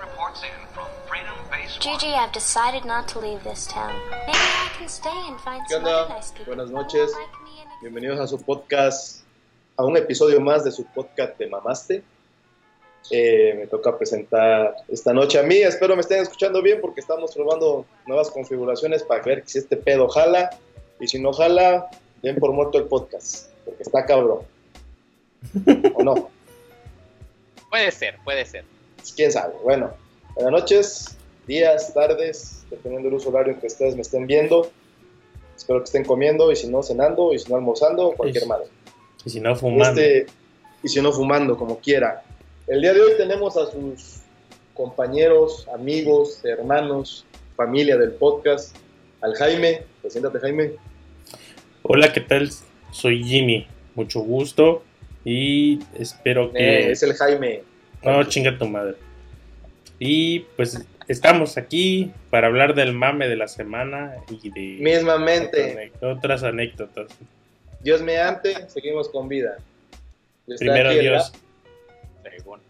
reports in from Freedom Base One. Gigi, I've decided not to leave this town. Maybe I can stay and find ¿Qué some onda? other nice people. Buenas noches. Like me and- Bienvenidos a su podcast, a un episodio más de su podcast Te Mamaste. Eh, me toca presentar esta noche a mí. Espero me estén escuchando bien porque estamos probando nuevas configuraciones para ver si este pedo jala. Y si no jala, den por muerto el podcast porque está cabrón. ¿O no? pues, Puede ser, puede ser. ¿Quién sabe? Bueno, buenas noches, días, tardes, dependiendo del uso horario en que ustedes me estén viendo. Espero que estén comiendo y si no, cenando y si no, almorzando, cualquier Sí. madre. Y si no, fumando. este, y si no fumando, como quiera. El día de hoy tenemos a sus compañeros, amigos, hermanos, familia del podcast, al Jaime, preséntate Jaime, Hola, ¿qué tal? Soy Jimmy. Mucho gusto. Y espero Eh, que. es el Jaime, No, chinga tu madre. Y pues estamos aquí para hablar del mame de la semana y de mismamente, otras, otras anécdotas. Dios mediante, seguimos con vida. Y está Primero aquí el Dios. Gap, Según.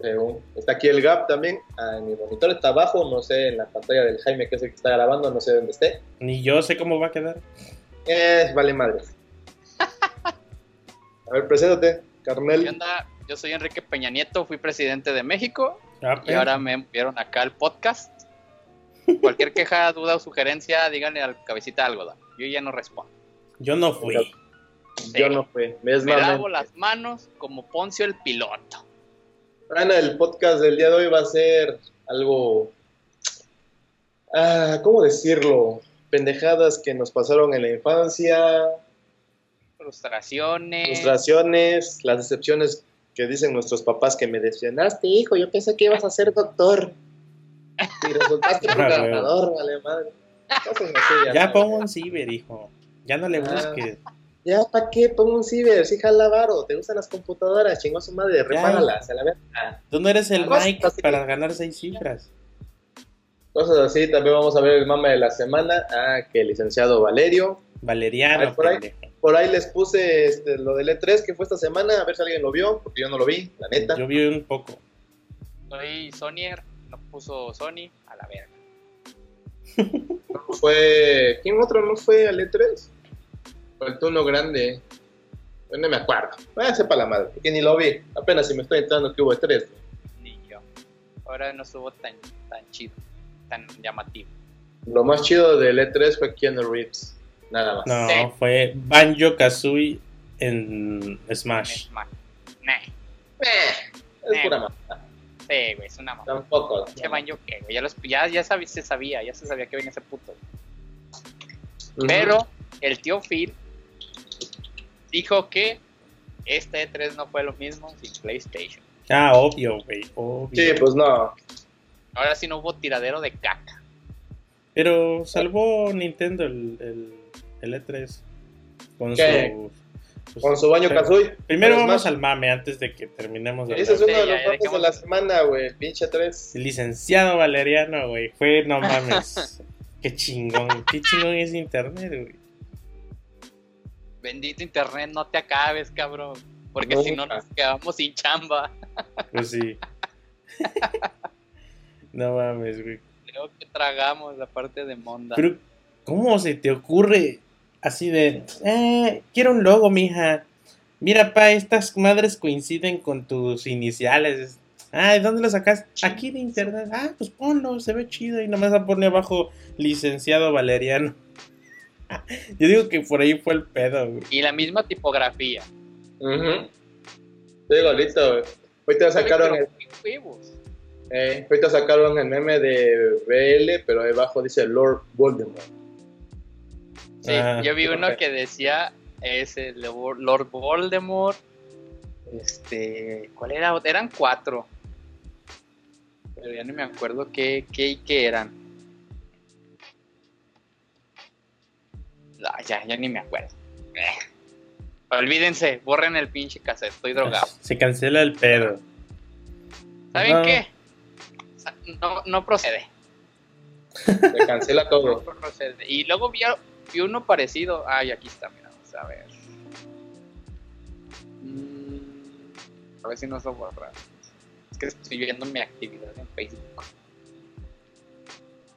según. está aquí el Gap también, Ah, mi monitor está abajo, no sé, en la pantalla del Jaime que es el que está grabando, no sé dónde esté. Ni yo sé cómo va a quedar. Eh, vale madre. A ver, preséntate, ¿Qué Carmel. onda? Yo soy Enrique Peña Nieto, fui presidente de México Ah, y pues, ahora me enviaron acá al podcast. Cualquier queja, duda o sugerencia, díganle al cabecita de algodón. Yo ya no respondo. pues, Yo no fui. Yo no fui, Me mismamente. lavo las manos como Poncio el piloto. Ana, el podcast del día de hoy va a ser algo. Ah, ¿Cómo decirlo? Pendejadas que nos pasaron en la infancia, Frustraciones. frustraciones, las decepciones que dicen nuestros papás que me decepcionaste, hijo. Yo pensé que ibas a ser doctor. Y resultaste Ah, bueno. programador, vale madre. Cosas así, Ya Ana. pongo un ciber, hijo. Ya no le Ah. busques. Ya, ¿para qué? Pongo un ciber, si jala varo. Te gustan las computadoras, chingó a su madre, repáralas, a la verga. Tú no eres el Cosas Mike así. para ganar seis cifras. Cosas así, también vamos a ver el mame de la semana. Ah, que el licenciado Valerio. Valeriano, Ay, por ahí. pendejo. Por ahí les puse este, lo del E3 que fue esta semana, a ver si alguien lo vio, porque yo no lo vi, la neta. Yo vi un poco. Soy Sonier, no puso Sony a la verga. Fue. ¿Quién otro no fue al E3? Faltó uno grande. Yo no me acuerdo. Ah, sepa la madre, que ni lo vi. Apenas si me estoy entrando que hubo E E3. Ni yo. Ahora no estuvo tan, tan chido, tan llamativo. Lo más chido del E3 fue Keanu Reeves. Nada más. No, Sí. fue Banjo Kazooie en Smash. Es más, nah, Eh, Es pura madre. sí, güey, es una mamá. Tampoco. Eh. Che, man, yo qué, güey, Ya, los- ya, ya sabi- se sabía, ya se sabía que venía ese puto. Ujú. Pero el tío Phil dijo que este E3 no fue lo mismo sin PlayStation. Ah, obvio, güey, obvio. Sí, pues no. Ahora sí no hubo tiradero de caca. Pero salvó Nintendo el, el, el E3 con ¿Qué? su... pues, Con su baño pero- Kazooy. Pero es Primero vamos más- al mame antes de que terminemos de Ese es uno hablar. de Sí, ya, los ya, mames de dejemos- la semana, güey. el Pinche 3. Licenciado Valeriano, güey. Fue, no mames. qué chingón. Qué chingón es internet, güey. Bendito internet, no te acabes, cabrón. Porque No, si no nunca. nos quedamos sin chamba. Pues sí. no mames, güey. Creo que tragamos la parte de Monda. Pero, ¿cómo se te ocurre así de, eh, quiero un logo, mija? Mira, pa, estas madres coinciden con tus iniciales. Ah, ¿de dónde lo sacas? Aquí de internet. Ah, pues ponlo, se ve chido. Y nomás pone abajo licenciado Valeriano. Yo digo que por ahí fue el pedo, güey. Y la misma tipografía. Ujú. Estoy igualito, güey. Ahorita sacaron el, Pero, ¿qué huevos? eh, ahorita sacaron el meme de BL, pero debajo dice Lord Voldemort. Sí, Ah, yo vi uno ok. que decía ese Lord Lord Voldemort. Este, ¿cuál era? Eran cuatro. Pero ya no me acuerdo qué, qué y qué eran. Ah, ya, ya ni me acuerdo. Eh. Olvídense, borren el pinche cassette, estoy drogado. Se cancela el pedo. ¿Saben No. qué? Sa- No, no procede. Se cancela no todo. procede. Y luego vi, a- vi uno parecido. Ay, aquí está, mira, vamos a ver. Mm, A ver si nos lo borra. que estoy viendo mi actividad en Facebook.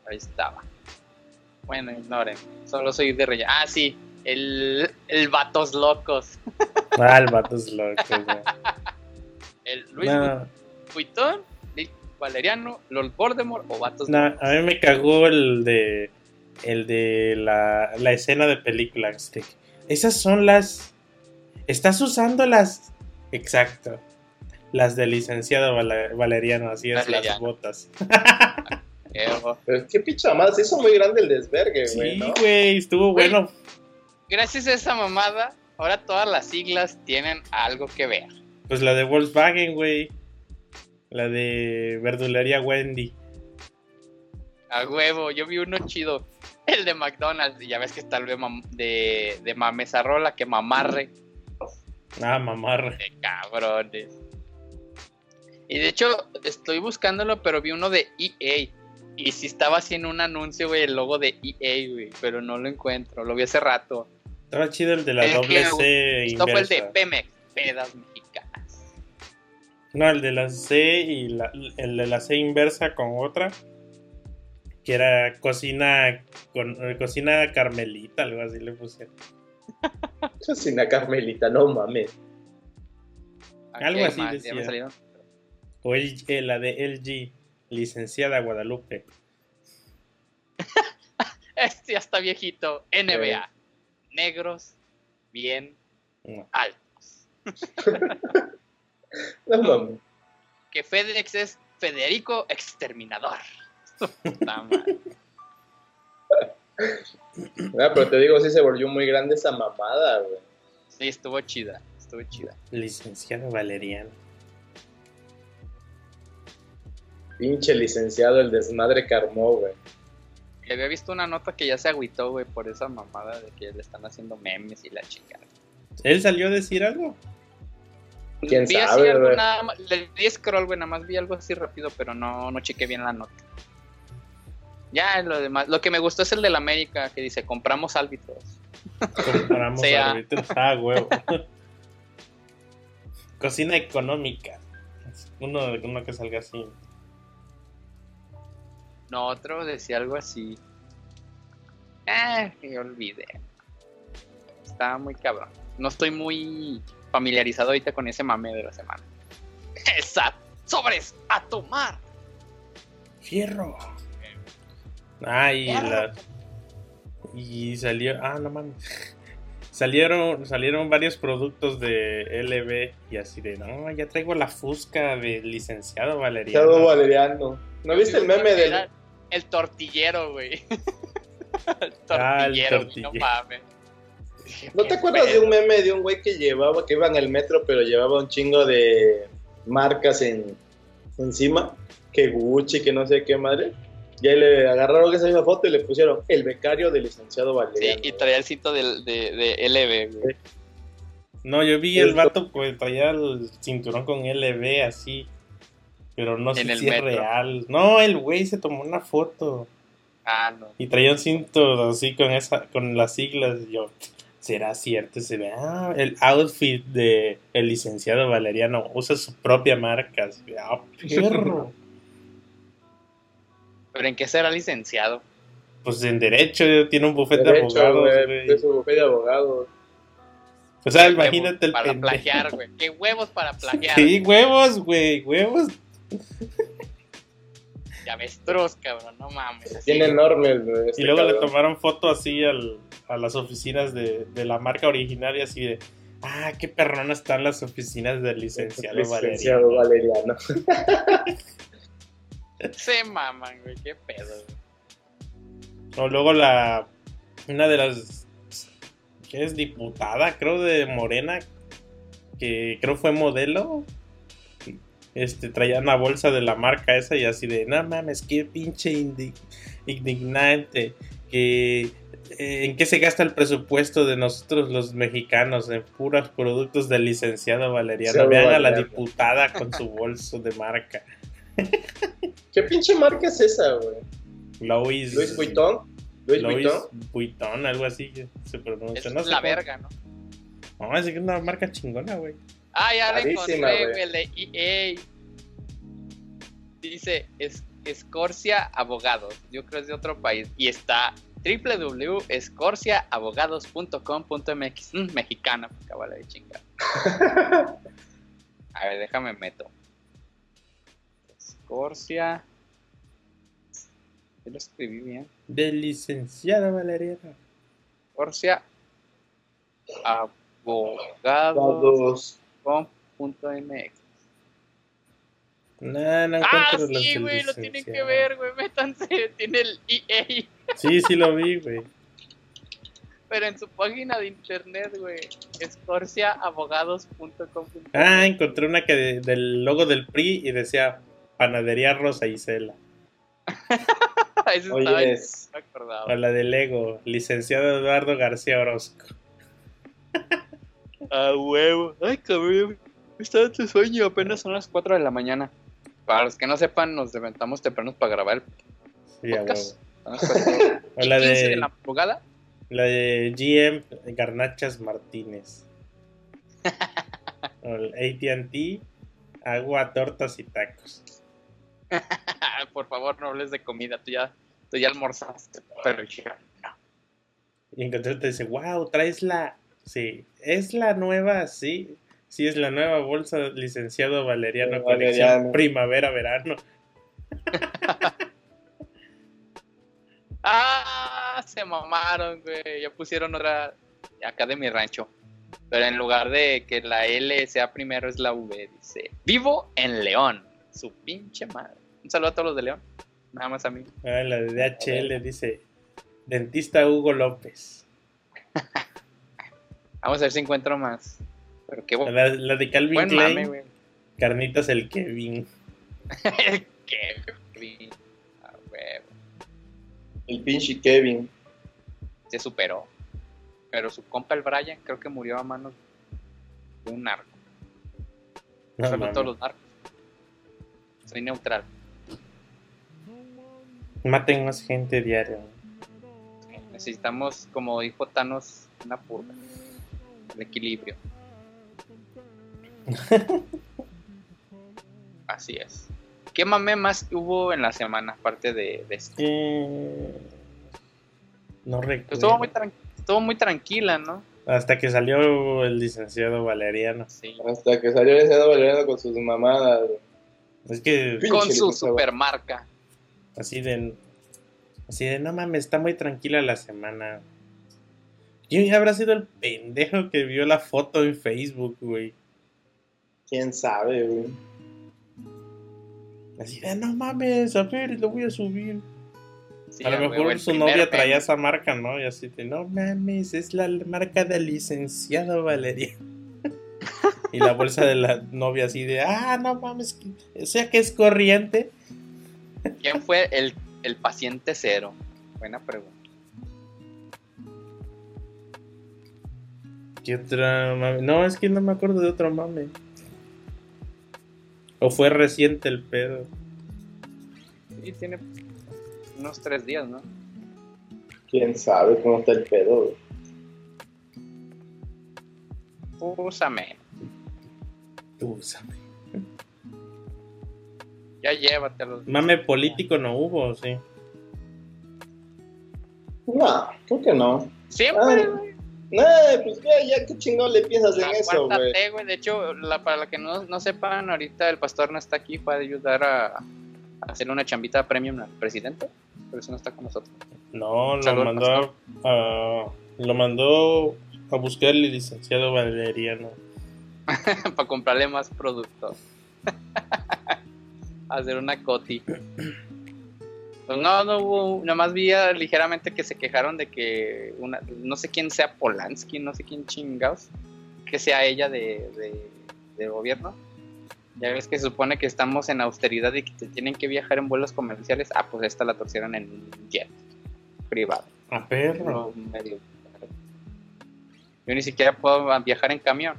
Ahí estaba. Bueno, ignoren. Solo soy de relleno. Ah, sí. El, el Vatos Locos. Ah, el vato es loco, güey. El Luis No, Vuitton, Nick Valeriano, Lord Voldemort o Vatos no, Locos. Pues a mí me cagó el de. El de la, la escena de películas. de que, Esas son las. Estás usando las. Exacto. Las del licenciado Vale- Valeriano, así es, las Valeriano. botas. Ejo. Pero qué pinche mamada, se hizo muy grande el desvergue, güey, Sí, ¿no? güey, estuvo Güey. bueno. Gracias a esa mamada, ahora todas las siglas tienen algo que ver. Pues la de Volkswagen, güey. La de verdulería Wendy. A huevo, yo vi uno chido. El de McDonald's, y ya ves que está el de, mam- de, de Mamesarola, que mamarre. Ah, mamarra. Qué cabrones. Y de hecho, estoy buscándolo, pero vi uno de EA. Y si estaba haciendo un anuncio, güey, el logo de EA, güey, pero no lo encuentro. Lo vi hace rato. Estaba chido el de la El que doble me C Esto fue el de inversa. Pemex, pedas mexicanas. No, el de la C y la- el de la C inversa con otra. Que era cocina con eh, cocina carmelita, algo así le puse. Eso es una Carmelita, no mames. Algo Ok, así más, ya decía. me salieron. O el- eh, la de LG, licenciada Guadalupe. Este ya está viejito. NBA. Negros, bien No. alto. No mames. que FedEx es Federico Exterminador. Puta madre. Ah, pero te digo, sí se volvió muy grande esa mamada, güey. sí, estuvo chida, estuvo chida. Licenciada Valeriana. Pinche licenciado, el desmadre que armó, güey. Y había visto una nota que ya se agüitó, güey, por esa mamada de que le están haciendo memes y la chingada. ¿Él salió a decir algo? ¿Quién vi así sabe, algo güey? nada más, le di scroll, güey, nada más vi algo así rápido, pero no, no chequé bien la nota. Ya, lo demás, lo que me gustó es el del América, que dice, compramos árbitros. Comparamos Sea. árbitros. Ah, huevo. Cocina económica. Uno, uno que salga así. No, otro decía algo así. Ah, me olvidé. Estaba muy cabrón. No estoy muy familiarizado ahorita con ese mame de la semana. ¡Esa! ¡Sobres! ¡A tomar! Fierro. Ah, y la- Y salió. Ah, no mames. Salieron, salieron varios productos de LB y así de. No, ya traigo la fusca del licenciado Valeriano. Licenciado Valeriano. ¿No viste el meme del, Era El tortillero, güey. el Ah, el tortillero, güey, tortillero. no mames. Dije, ¿No ¿qué te acuerdas de pedo? un meme de un güey que llevaba, que iba en el metro, pero llevaba un chingo de marcas en, encima? Que Gucci, que no sé qué madre. Y ahí le agarraron esa misma foto y le pusieron el becario del licenciado Sí, Valeriano. y traía el sitio del- de, de LB, güey. No, yo vi el vato que traía el cinturón con LB así. Pero no En sé el si es metro. real. No, el güey se tomó una foto. Ah, no. Y traía un cinto así con esa, con las siglas. Y yo, ¿será cierto? Se ve, ah, el outfit de el licenciado Valeriano usa su propia marca. Así de, ah, perro. ¿Pero en qué será licenciado? pues en derecho tiene un bufete de De hecho, abogados, güey, güey. de su bufete de abogados. O sea, Qué Ah, imagínate el huevos Para pendejo. plagiar, güey. ¿Qué huevos para plagiar? Sí, huevos, güey, huevos. de avestruz, cabrón, no mames. así. Tiene enorme. güey, este y luego le cabrón. tomaron foto así al- a las oficinas de, de la marca originaria, así de, ah, qué perrona están las oficinas del licenciado, Licenciado Valeriano. Valeriano. Se maman, güey, qué pedo. güey. O luego la, una de las, que es diputada, creo, de Morena, que creo fue modelo. Este, traía una bolsa de la marca esa y así de, no mames, qué pinche indi- indignante. Que, eh, ¿En qué se gasta el presupuesto de nosotros los mexicanos? En puros productos del licenciado Valeriano. Licenciado Vean a la Valeriano. diputada con su bolso de marca. ¿Qué pinche marca es esa, güey? Louis, Luis Vuitton. Luis Louis Vuitton. Vuitton, algo así que se pronuncia. Es Pues no sé la cómo- verga, ¿no? No, es que es una marca chingona, güey. Ah, ya la Carísima, encontré, güey. güey, el de EA. E Dice es, Escorcia Abogados. Yo creo que es de otro país. Y está www.escorciaabogados.com.mx. Mm, mexicana, pues cábala de chingar. A ver, déjame meto. Escorcia. Yo lo escribí bien. De licenciada Valeriana. Escorcia Abogados.com.mx. Abogados. No, no Ah, encuentro los sí, del güey, lo tienen que licenciado. ver, güey. Métanse, tiene el E EA, Sí, sí lo vi, güey. pero en su página de internet, güey. Escorciaabogados.com. Ah, encontré una que de- del logo del PRI y decía Panadería Rosa Isela. Ah, Eso estaba Oye, ahí, es- no me acordaba. O la del Lego, licenciado Eduardo García Orozco. A huevo. Ay, cabrón. Está en tu sueño. Apenas son las 4 de la mañana. Para los que no sepan, nos levantamos tempranos para grabar. Sí, a Podcast. huevo. Son las 4 O la de la de, madrugada. la de GM Garnachas Martínez. O el ATT, agua, tortas y tacos. Ah, Por favor, no hables de comida. Tú ya, tú ya almorzaste. Pero ya. Y encontré, te dice, wow, traes la... Sí, es la nueva, sí. Sí, es la nueva bolsa licenciado Valeriano, Valeriano. colección primavera-verano. Ah, se mamaron, güey. Ya pusieron otra acá de mi rancho. Pero en lugar de que la L sea primero, es la V. Dice: Vivo en León. Su pinche madre. Un saludo a todos los de León. Nada más a mí. Ah, la de DHL dice, dentista Hugo López. Vamos a ver si encuentro más. Pero qué bu- La, la de Calvin Oh. buen Klein, mame, güey. carnitas el Kevin. Qué güey. Ah, güey, El pinche Kevin. Se superó. Pero su compa el Brian creo que murió a manos de un narco. No, Solo mames. todos los narcos. Soy neutral. Maten más gente diario. Necesitamos, como dijo Thanos, una purga. El equilibrio. Así es. ¿Qué mame más hubo en la semana aparte de, de esto? Eh, No Pues Estuvo recuerdo. muy, tran- estuvo muy tranquila, ¿no? Hasta que salió el licenciado Valeriano. Sí. Hasta que salió ese Valeriano con sus mamadas. Es que Pinche Con su licenciado. supermarca. así de... Así de, no mames, está muy tranquila la semana. ¿Quién habrá sido el pendejo que vio la foto en Facebook, güey? Quién sabe, güey. Así de, no mames, a ver, lo voy a subir. Sí, a lo huevo, mejor el su primer novia traía meme. esa marca, ¿no? Y así de, no mames, es la marca del licenciado Valeria. y la bolsa de la novia así de, ah, no mames, que- o sea que es corriente. ¿Quién fue el, el paciente cero? Buena pregunta. ¿Qué otra mame? No, es que no me acuerdo de otro mame. O fue reciente el pedo. Y tiene unos tres días, ¿no? Quién sabe cómo está el pedo, güey. Úsame. Tú sabes. Ya llévatelo. Mame político no hubo, sí. No, creo que no. Siempre, Ah, güey. No, pues güey, ya qué chingón le piensas en La eso, cuarta güey. T, güey. De hecho, la, para la que no, no sepan, ahorita el pastor no está aquí para ayudar a, a hacer una chambita premium al presidente. Por eso no está con nosotros. No, lo Salud, mandó a, a- lo mandó a buscar el licenciado Valeriano. para comprarle más productos. Hacer una coti. Pues no, no hubo, nada más vi ah, ligeramente que se quejaron de que una, no sé quién sea Polanski, no sé quién chingados, que sea ella de, de- de gobierno. Ya ves que se supone que estamos en austeridad y que te tienen que viajar en vuelos comerciales. Ah, pues esta la torcieron en un jet privado. A perro. No, medio. Yo ni siquiera puedo viajar en camión.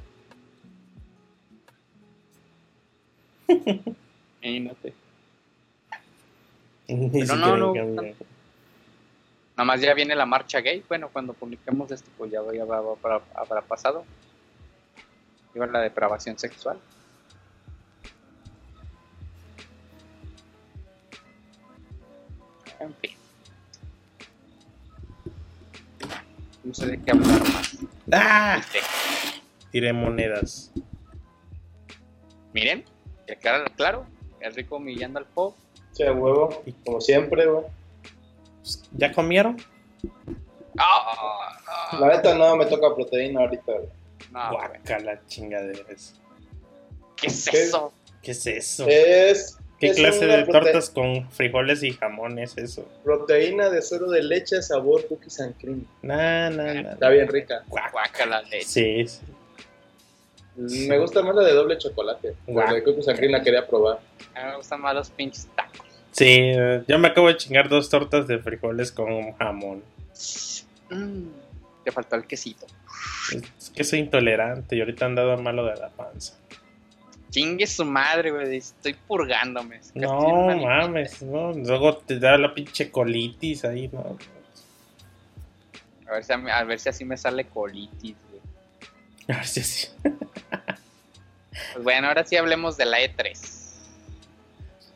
Imagínate. Ni Pero siquiera no, no, en cambio. Nada más ya viene la marcha gay. Bueno, cuando publiquemos esto, pues ya, ya va- va- habrá, habrá pasado. Iba la depravación sexual. En fin. No sé de qué hablar más. ¡Ah! Este, Tiré monedas. Miren, y aclara lo claro, el rico humillando al pop. Sí, a huevo, como siempre, güey. Pues, ¿Ya comieron? ¡Ah! ah, La neta no me toca proteína ahorita, güey. No, güey, Guacala, chingaderas. ¿Qué es eso? ¿Qué es eso? Es. ¿Qué Eh, es clase una de prote- tortas con frijoles y jamón es eso? Proteína de suero de leche, sabor cookies and cream. Nah, Ah, nah, nah. Está bien rica. Guac. Guácala, leche. Sí, sí. Sí. Ah. Me gusta más la de doble chocolate. La de cookies and cream la quería probar. A mí me gustan más los pinches tacos. Sí, eh, yo me acabo de chingar dos tortas de frijoles con jamón. Mm, te faltó el quesito. Es que soy intolerante y ahorita han dado malo de la panza. Chingue su madre, güey. Estoy purgándome. Casi tiene No una limita. mames, no. Luego te da la pinche colitis ahí, no. A ver, si, a, mí- a ver si así me sale colitis, güey. A ver si así- Pues bueno, ahora sí hablemos de la E E3.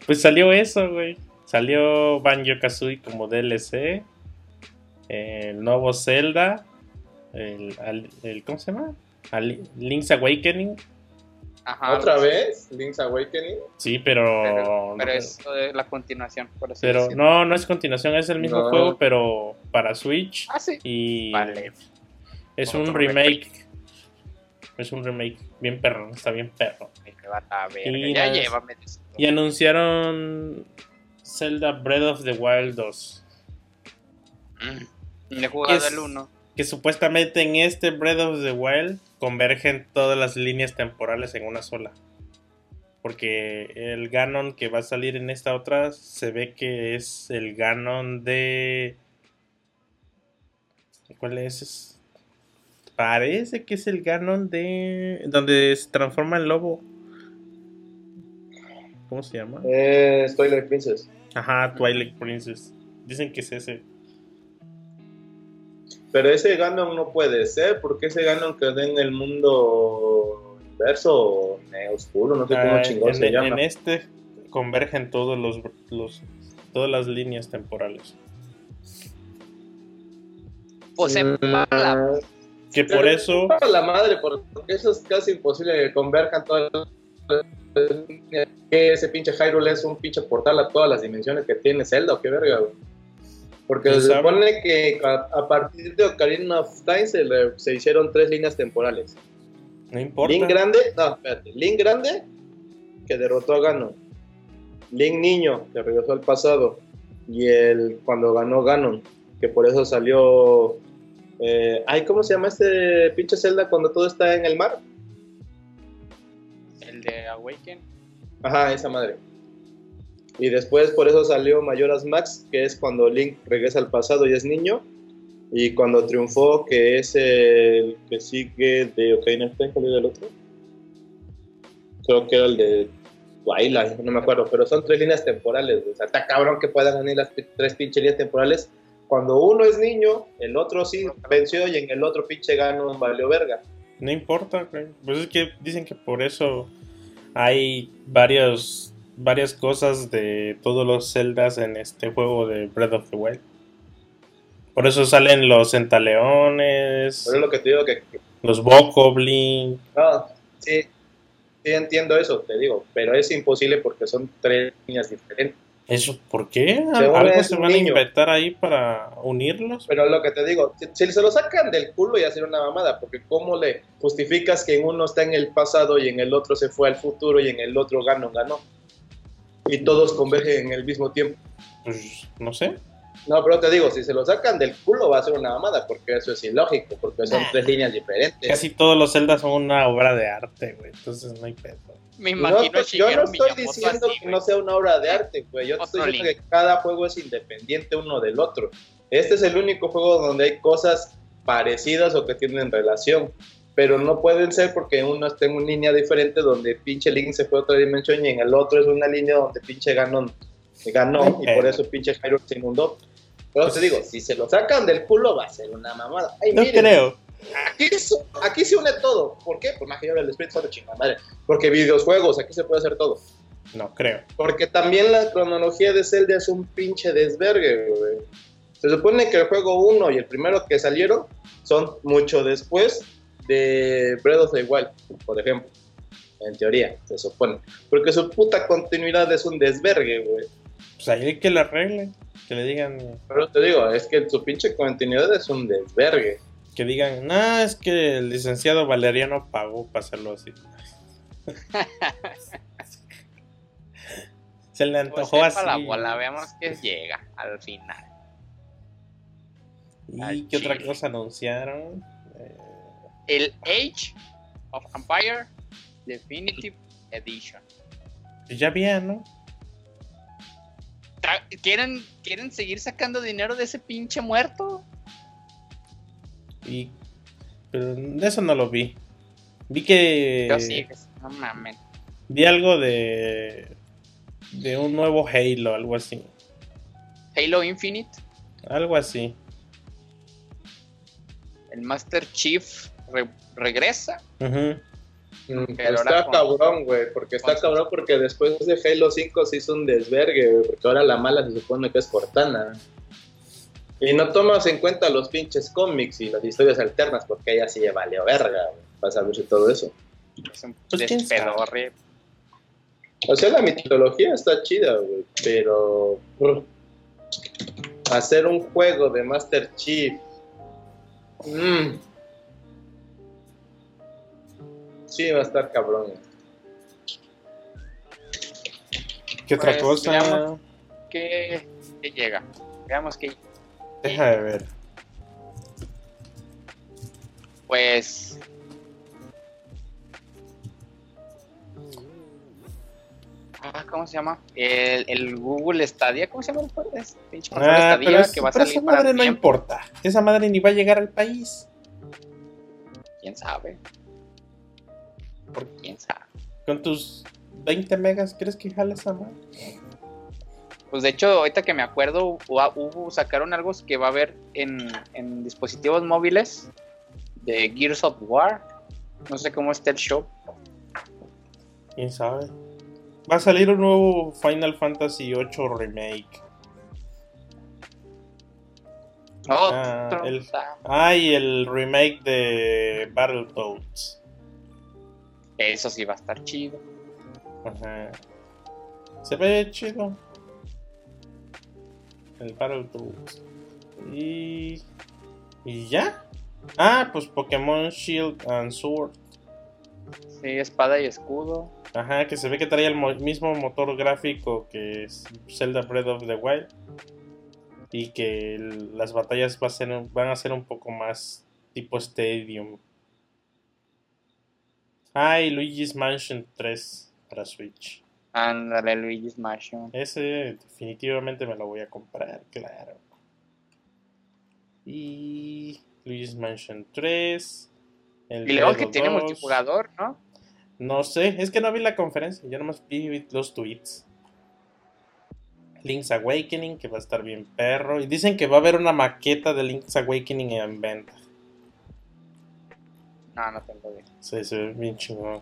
Pues salió eso, güey. Salió Banjo Kazooie como DLC. El nuevo Zelda. El, al- el- ¿Cómo se llama? Al- Link's Awakening. Ah, Ajá. ¿Otra güey. vez? Link's Awakening. Sí, pero. Pero, pero es eh, la continuación, por así pero- decirlo. no, no es continuación, es el mismo No. juego, pero para Switch. Ah, sí. Y. Vale. Es Otro un remake. Es un remake. Bien perro, está bien perro. Me va a ver. Y Ya las- llévame. de esto. Y anunciaron Zelda Breath of the Wild 2. Mm. Le he jugado Es- el 1. Que supuestamente en este Breath of the Wild convergen todas las líneas temporales en una sola. Porque el Ganon que va a salir en esta otra se ve que es el Ganon de... ¿Cuál es? Es- Parece que es el Ganon de... Donde se transforma en lobo. ¿Cómo se llama? Eh, estoy like Princess. Ajá, Twilight Princess. Dicen que es ese. Pero ese Ganon no puede ser, porque ese Ganon quedó en el mundo inverso o neo oscuro, no sé cómo Ah, chingón en, se en llama. este convergen todos los, los- todas las líneas temporales. Pues en la Ah, Mm. Que por eso, para la madre, porque eso es casi imposible que converjan todas las que ese pinche Hyrule es un pinche portal a todas las dimensiones que tiene Zelda, o qué verga, güey. Porque ¿Quién se sabe? supone que a, a partir de Ocarina of Time se, le- se hicieron tres líneas temporales. no importa. Link grande, no, espérate. Link grande, que derrotó a Ganon. Link niño, que regresó al pasado. Y el cuando ganó Ganon, que por eso salió. eh, ay, ¿cómo se llama este pinche Zelda cuando todo está en el mar? el de Awaken. Ajá, esa madre. Y después por eso salió Mayoras Max, que es cuando Link regresa al pasado y es niño. Y cuando triunfó, que es el que sigue de Ocarina of Time, ¿cuál era el otro? Creo que era el de Twilight, no me acuerdo, pero son tres líneas temporales. O sea, está cabrón que puedan unir las pi- tres pinches líneas temporales. Cuando uno es niño, el otro sí venció y en el otro pinche gano valió verga. No importa, güey. Pues es que dicen que por eso hay varios, varias cosas de todos los celdas en este juego de Breath of the Wild. Por eso salen los centaleones, Pero es lo que te digo que los bokoblin. No, sí, sí entiendo eso, te digo, pero es imposible porque son tres líneas diferentes. ¿Eso por qué? Según ¿Algo es se un van a niño. inventar ahí para unirlos? Pero lo que te digo, si, si se lo sacan del culo ya sería una mamada, porque ¿cómo le justificas que en uno está en el pasado y en el otro se fue al futuro y en el otro ganó, ganó? Y todos convergen en el mismo tiempo. Pues no sé. No, pero te digo, si se lo sacan del culo va a ser una mamada, porque eso es ilógico, porque son tres líneas diferentes. Casi todos los celdas son una obra de arte, güey. Entonces no hay pedo. Me No, imagino pues, a yo no Shigeru estoy Miyamoto diciendo así, que güey. no sea una obra de arte, güey. Yo te estoy Otro diciendo que cada juego es independiente uno del otro. Este es el único juego donde hay cosas parecidas o que tienen relación. Pero no pueden ser porque uno está en una línea diferente donde pinche Link se fue a otra dimensión y en el otro es una línea donde pinche Ganon ganó y por eso pinche Hyrule se inundó. Pero te digo, si se lo sacan del culo va a ser una mamada. Ay, No miren, creo. Aquí, se- aquí se une todo. ¿Por qué? Pues más que yo el Espíritu Santo, chingada madre. Porque videojuegos, aquí se puede hacer todo. No creo. Porque también la cronología de Zelda es un pinche desvergue, güey. Se supone que el juego 1 y el primero que salieron son mucho después de Breath of the Wild, por ejemplo. En teoría, se supone. Porque su puta continuidad es un desvergue, güey. Pues ahí hay que lo arregle. Que le digan. Pero te digo, es que su pinche continuidad es un desvergue. Que digan, no, es que el licenciado Valeriano pagó para hacerlo así. Se le antojó Pues, así. sepa la bola, veamos que llega al final. ¿Y Al qué otra chile. cosa anunciaron? Eh, El Age of Empire Definitive Edition. pues ya había, ¿no? Tra- ¿Quieren, ¿Quieren seguir sacando dinero de ese pinche muerto? Y. Pero de eso no lo vi. Vi que. Yo sí, pues, no mames. Vi algo de. De un nuevo Halo, algo así. Halo Infinite, Algo así. el Master Chief re- regresa. Ujú. Pero Mm, está ahora con- cabrón, güey, porque está con- cabrón porque después de Halo 5 se hizo un desvergue, güey, porque ahora la mala se supone que es Cortana. Y no tomas en cuenta los pinches cómics y las historias alternas, porque ella sí le valió verga, güey, para saberse todo eso. Es un Pues, ¿quién sabe? despedorre. O sea, la mitología está chida, güey, pero brr, hacer un juego de Master Chief. mm. Sí, va a estar cabrón. güey. ¿Qué otra Pues, cosa? veamos. ¿Qué, qué llega? Veamos que Deja de ver. Pues. Ah, ¿cómo se llama? El, el Google Stadia, ¿cómo se llama? Es pinche consola Ah, Stadia pero, es- que va a pero salir esa para madre no tiempo. importa. Esa madre ni va a llegar al país. ¿Quién sabe? ¿Por quién sabe? Con tus 20 megas, ¿crees que jala esa madre? Pues de hecho, ahorita que me acuerdo, hubo, hubo- sacaron algo que va a haber en, en dispositivos móviles de Gears of War. No sé cómo está el show. ¿Quién sabe? Va a salir un nuevo Final Fantasy VIII Remake. Ah, Otro, el- está- Ay, el remake de Battletoads. Eso sí va a estar chido. Ajá. Se ve chido. El Battletoads. Y. ¿Y ya? Ah, pues Pokémon Shield and Sword. Sí, espada y escudo. Ajá, que se ve que trae el mo- mismo motor gráfico que es Zelda Breath of the Wild. Y que el- las batallas va a ser un- van a ser un poco más tipo Stadium. Ah, y Luigi's Mansion 3 para Switch. Ándale, Luigi's Mansion. Ese definitivamente me lo voy a comprar, claro. Y Luigi's Mansion 3. El Y luego Diablo que tiene 2. multijugador, ¿no? No sé, es que no vi la conferencia, yo nomás vi los tweets. Link's Awakening, que va a estar bien perro. Y dicen que va a haber una maqueta de Link's Awakening en venta. No, no tengo idea. Sí, se ve bien chingón.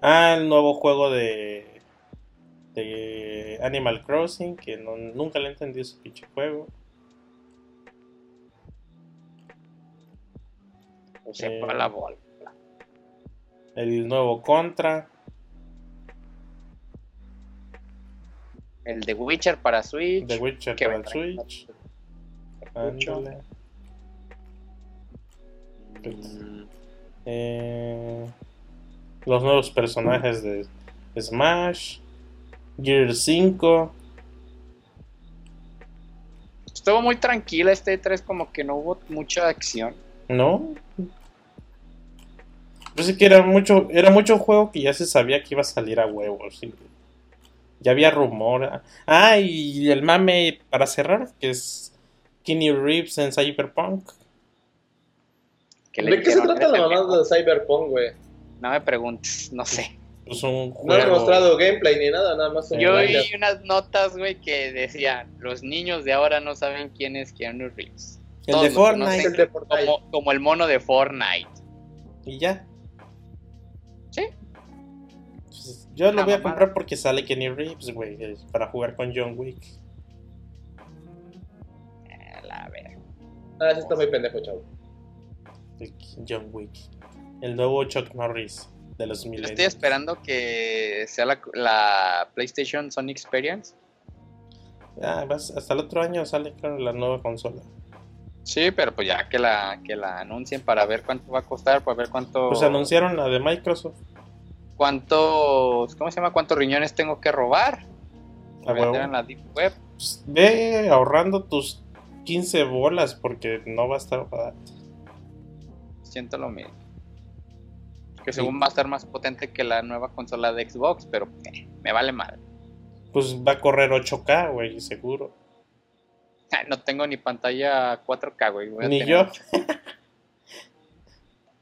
Ah, el nuevo juego de, de Animal Crossing, que no- nunca le entendí ese pinche juego. O Eh. sepa la bola. El nuevo Contra. El de Witcher para Switch. The ah, Witcher que para el vendrá. Switch. Mucho. Ándale. Mm, Eh, los nuevos personajes de Smash, Gear 5. Estuvo muy tranquila este E3, como que no hubo mucha acción. ¿No? Parece que era mucho, era mucho juego que ya se sabía que iba a salir a huevos. sí. Ya había rumor. Ah, y el mame para cerrar, que es Kenny Reeves en Cyberpunk. que le ¿De qué se hicieron. Este, trata la mamada de Cyberpunk, güey? No me preguntes, no sé. Es pues un No han juego. mostrado gameplay ni nada, nada Eh, más un Yo trailer. vi unas notas, güey, que decían: Los niños de ahora no saben quién es Keanu Reeves. el de Todos lo Fortnite. Es el de Fortnite. Como, como el mono de Fortnite. Y ya. Sí. Pues, Yo lo Una voy a mamada. comprar porque sale Kenny Reeves, güey, es para jugar con John Wick. A Eh, la verga. Ah, sí está muy pendejo, chavo. El eh, John Wick. El nuevo Chuck Norris de los Yo milenios. estoy esperando que sea la, la PlayStation Sony Experience. Ah, vas- hasta el otro año sale claro, la nueva consola. Sí, pero pues ya que la, que la anuncien para ver cuánto va a costar, para ver cuánto... Pues anunciaron la de Microsoft. cuántos, ¿cómo se llama? ¿Cuántos riñones tengo que robar? A Para huevo. vender en la Deep Web. Pues ve ahorrando tus 15 bolas porque no va a estar barato. Siento lo mismo. Que según va a estar más potente que la nueva consola de Xbox, pero eh, me vale mal. Pues va a correr 8K, güey, seguro. Ah, No tengo ni pantalla 4K, güey. voy a Ni tener- yo.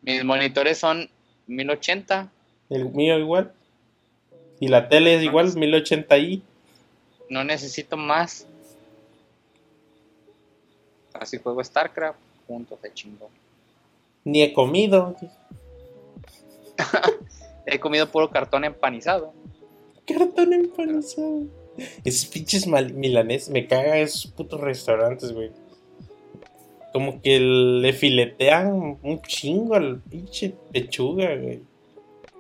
Mis monitores son 1080. El mío igual. Y la tele es igual, pues. 1080i. No necesito más. Así juego StarCraft. Punto, de chingo. Ni he comido. He comido puro cartón empanizado. Cartón empanizado. Esos pinches mal- milanés. Me caga esos putos restaurantes, güey. Como que le filetean un chingo al pinche pechuga, güey.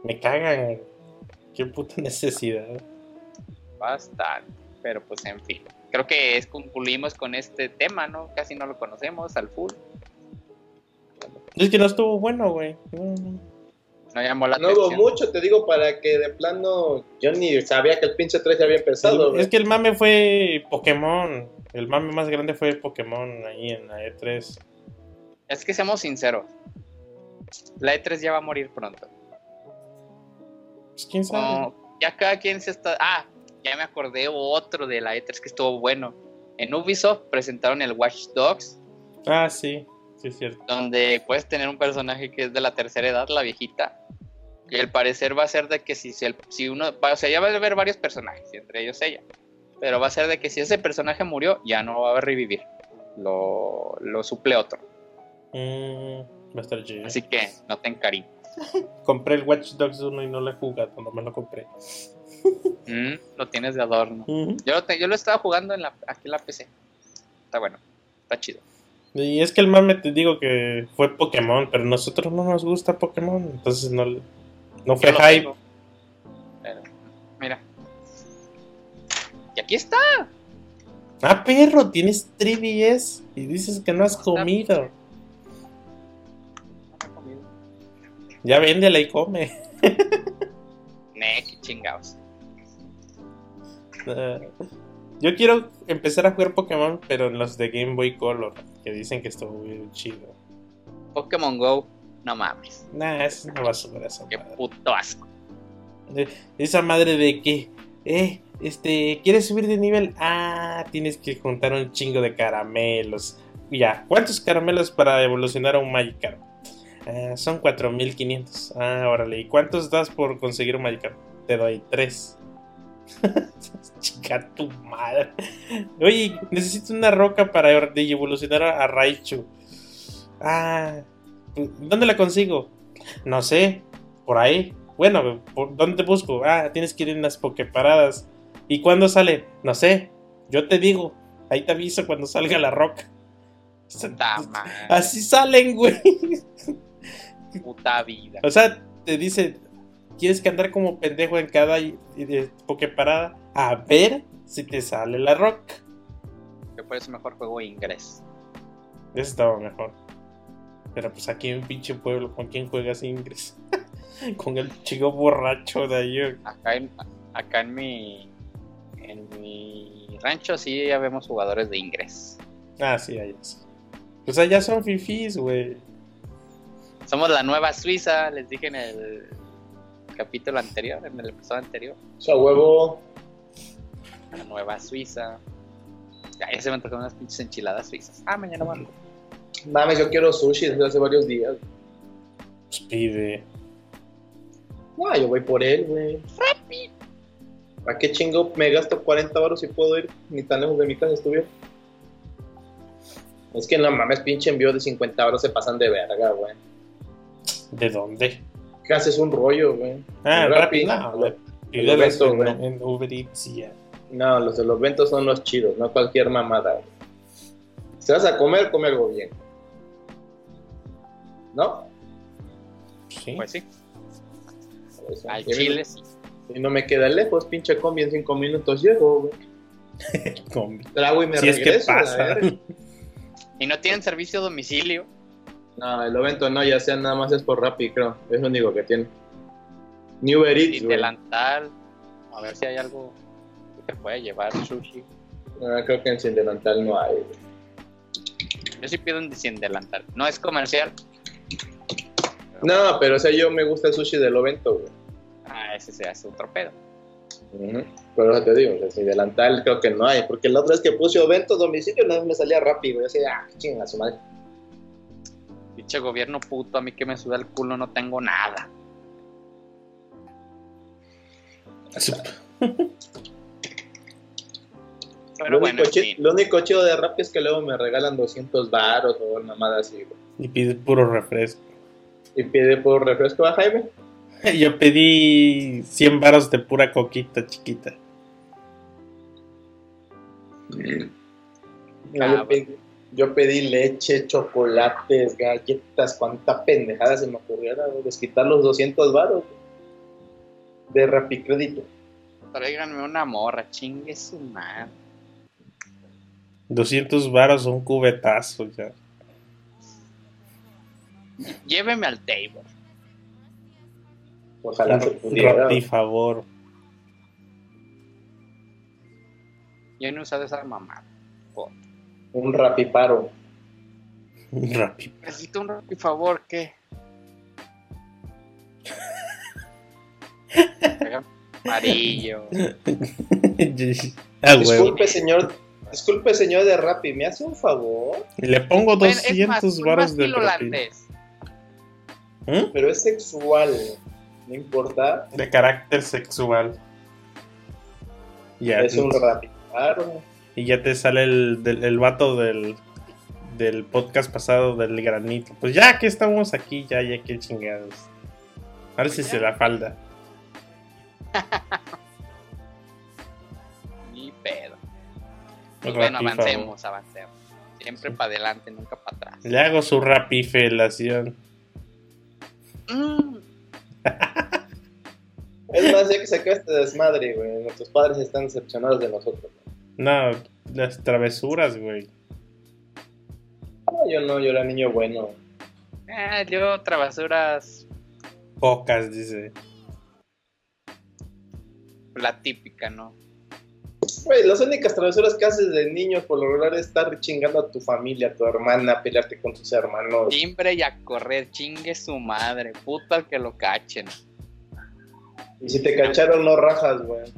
Me cagan, güey. Qué puta necesidad. Bastante. Pero pues en fin. Creo que es concluimos con este tema, ¿no? Casi no lo conocemos al full. Es que no estuvo bueno, güey. No, no. No llamó la No hubo atención. mucho, te digo, para que de plano yo ni sabía que el pinche 3 ya había empezado. El- güey. es que el mame fue Pokémon. El mame más grande fue Pokémon ahí en la E E3. Es que seamos sinceros. La E3 ya va a morir pronto. Pues quién sabe. Como ya cada quien se está. Ah, ya me acordé otro de la E3 que estuvo bueno. En Ubisoft presentaron el Watch Dogs, Ah, sí. Sí, es cierto. donde puedes tener un personaje que es de la tercera edad, la viejita. Y el parecer va a ser de que si, se- si uno. va- O sea, ya va a haber varios personajes, entre ellos ella. Pero va a ser de que si ese personaje murió, ya no va a revivir. Lo, lo suple otro. Mm, va a estar chido. Así que no te encariñes. Compré el Watch Dogs 1 y no lo he jugado, nomás lo compré. Mm, lo tienes de adorno. Ujú. Yo lo, te- yo lo estaba jugando en la, aquí en la PC. Está bueno, está chido. Y es que el mame te digo que fue Pokémon, pero nosotros no nos gusta Pokémon, entonces no, le- no fue Yo lo hype. tengo. Pero, mira. Y aquí está. Ah, perro, tienes 3DS y dices que no has comido. Ya véndela y come. Ne, qué chingados. Ah, Yo quiero empezar a jugar Pokémon, pero en los de Game Boy Color, que dicen que estuvo bien chido. Pokémon Go, no mames. Nah, es una basura esa Qué madre. puto asco. Esa madre de que, eh, este, ¿quieres subir de nivel? Ah, tienes que juntar un chingo de caramelos. Ya, ¿cuántos caramelos para evolucionar a un Magikarp? Ah, son 4500. Ah, órale, ¿y cuántos das por conseguir un Magikarp? Te doy 3. Chica, tu madre. Oye, necesito una roca para de- evolucionar a a Raichu. Ah, ¿dónde la consigo? No sé, por ahí. Bueno, ¿por ¿dónde te busco? Ah, tienes que ir en las pokeparadas. ¿Y cuándo sale? No sé. Yo te digo. Ahí te aviso cuando salga la roca. Puta madre, Así salen, güey. puta vida. O sea, te dice, ¿quieres que andar como pendejo en cada y- y de pokeparada? A ver si te sale la roca. Yo por eso mejor juego inglés. Eso estaba mejor. Pero pues aquí en pinche pueblo, ¿con quién juegas ingres? Con el chico borracho de ayer. Acá en, acá en mi. En mi rancho sí ya vemos jugadores de inglés. Ah, sí, allá sí. Pues allá son fifis, güey. Somos la nueva Suiza, les dije en el capítulo anterior, en el episodio anterior. O sea, huevo. La nueva Suiza. Ya, ya se me antojaron unas pinches enchiladas suizas. Ah, mañana van. Mames, yo quiero sushi desde hace varios días. Pues pide. No, yo voy por él, güey. ¿A qué chingo me gasto 40 baros si puedo ir? Ni tan lejos de mi casa estuviera. Es que no mames, pinche envío de 50 baros se pasan de verga, güey. ¿De dónde? Casi es un rollo, güey. Ah, Rappi. rápido. No, güey. Y El de las evento, en, güey. en Uber Eats y ya. No, los de los ventos son los chidos, no cualquier mamada. Si vas a comer, come algo bien. ¿No? Sí. Pues sí, Por eso. al Y a mí chile sí. no- Y no me queda lejos, pinche combi, en cinco minutos llego, güey. Combi. Trago y me Si es que regreso, a la pasa. verga. Y no tienen servicio a domicilio. No, el evento no, ya sea nada más es por Rappi, creo. Es lo único que tiene. New Uber Eats, sin güey. delantal. A ver si hay algo que te pueda llevar sushi. No, Ah, creo que en Sin Delantal no hay, güey. Yo sí pido un de- sin delantal. No es comercial. No, pero o sea, yo me gusta el sushi del evento, güey. Ah, ese se hace otro pedo. Ujú. Pero te digo, o sea, sin delantal creo que no hay, porque la otra vez que puse evento domicilio, una vez me salía rápido, yo decía, ah, chinga su madre. Dicho gobierno puto, a mí que me suda el culo, no tengo nada. Pero lo, bueno, único en chi- fin. lo único chido de Rappi es que luego me regalan 200 baros o una mamada así, güey. Y pide puro refresco. Y pide por refresco a Jaime. Yo pedí 100 varos de pura coquita chiquita. No, Ah, yo, bueno. pedí, yo pedí leche, chocolates, galletas, cuánta pendejada se me ocurriera, güey, desquitar los 200 baros güey, de Rappi Crédito. Tráiganme una morra, chingue su madre. 200 varos, un cubetazo ya. Lléveme al table. Ojalá se pudiera. Rappi, favor. Yo no he usado esa mamada. Un Rappi paro. Rappi. Necesito un por favor, ¿qué? Amarillo. ah, huevo. Disculpe, señor. Disculpe, señor de Rappi, ¿me hace un favor? Le pongo Bueno, es más, 200 un varos de mastil propina. holandés. ¿Mm? Pero es sexual, no importa. De carácter sexual. Ya, es un Rappi paro. y ya te sale el, del- el vato del, del podcast pasado del granito. Pues ya que estamos aquí, ya, ya que chingados. A ver Pues si se la falda. Ni pedo. Pues Rapi, bueno, favor. avancemos, avancemos. Siempre para adelante, nunca para atrás. Le hago su rapifelación. Mm, Es más, ya que se acaba este desmadre, güey. Nuestros padres están decepcionados de nosotros. No, las travesuras, güey. No, yo no, yo era niño bueno. eh, yo travesuras, Pocas, dice. la típica, ¿no? Güey, las únicas travesuras que haces de niño por lo regular es estar chingando a tu familia, a tu hermana, pelearte con tus hermanos. Timbre y a correr, chingue su madre, puto al que lo cachen. Y si te cacharon, no rajas, güey.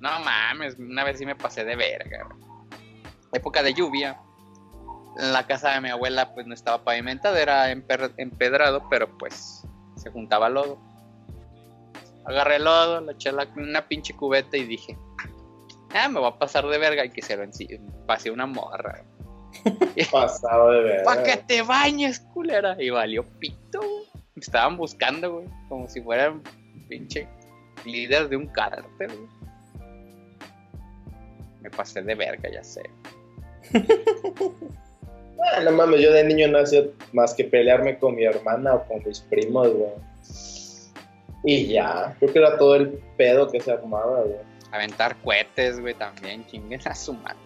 No mames, una vez sí me pasé de verga. güey. Época de lluvia. La casa de mi abuela pues no estaba pavimentada, era emper- empedrado, pero pues se juntaba lodo. Agarré el lodo, le eché la- una pinche cubeta y dije, ah, me va a pasar de verga y que se lo enci- pasé una morra. Pasado de Para que verdad. te bañes, culera. Y valió pito, güey. Me estaban buscando, güey, como si fueran pinche líder de un cártel, güey. Me pasé de verga, ya sé. Ah, no mames, yo de niño no hacía más que pelearme con mi hermana o con mis primos, güey. Y ya, creo que era todo el pedo que se armaba, güey. Aventar cohetes, güey, también. Chinguen a su madre.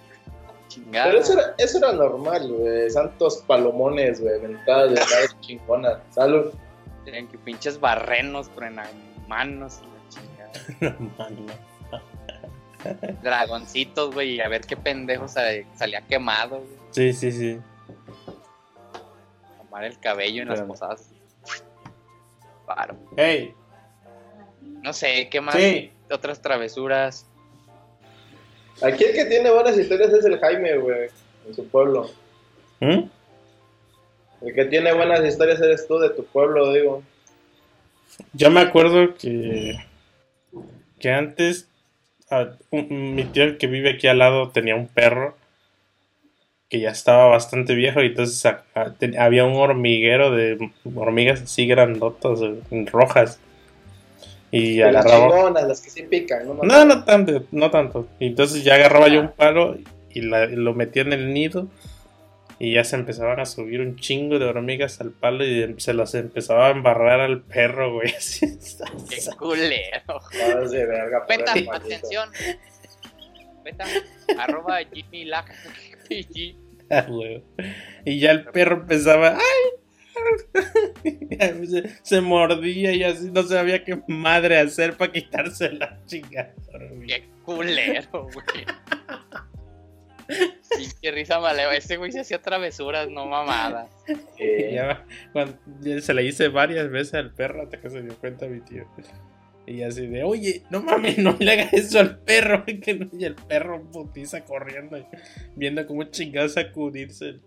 Chingada. Pero eso era, eso era normal, güey. Santos palomones, güey. Ventadas de madre chingonas. Salud. Tenían que pinches barrenos, manos y la chingada. No, man, no. Dragoncitos, güey, y a ver qué pendejo sal- salía quemado, güey. Sí, sí, sí. Tomar el cabello en las Espérame. posadas. Paro. Hey, No sé, ¿qué más? sí. Otras travesuras. Aquí el que tiene buenas historias es el Jaime, güey. En su pueblo. ¿Mm? El que tiene buenas historias eres tú de tu pueblo, digo. Yo me acuerdo que, que antes a- un- un- mi tío el que vive aquí al lado tenía un perro que ya estaba bastante viejo y entonces a- a- ten- había un hormiguero de hormigas así grandotas, eh, rojas. Y De las agarraba. chingonas, las que sí pican, ¿no? No, no tanto, no tanto. Y entonces ya agarraba yo un palo y la- y lo metía en el nido. Y ya se empezaban a subir un chingo de hormigas al palo y em- se las empezaba a embarrar al perro, güey. Así está. Qué culero. Vas de verga, pobre Peta, animalito. atención. Peta, arroba Jimmy Lac- PG. Ah, güey. Y ya el perro empezaba. ¡Ay! se, se mordía y así no sabía qué madre hacer para quitarse la chingada. hormiga. Qué culero, güey. Sí, qué risa maleva. Ese Este güey se hacía travesuras, no mamadas. Y Eh, ya, cuando- ya se la hice varias veces al perro hasta que se dio cuenta mi tío. Y así de, oye, no mames, no le hagas eso al perro. que no- Y el perro putiza corriendo, viendo cómo chingado sacudirse.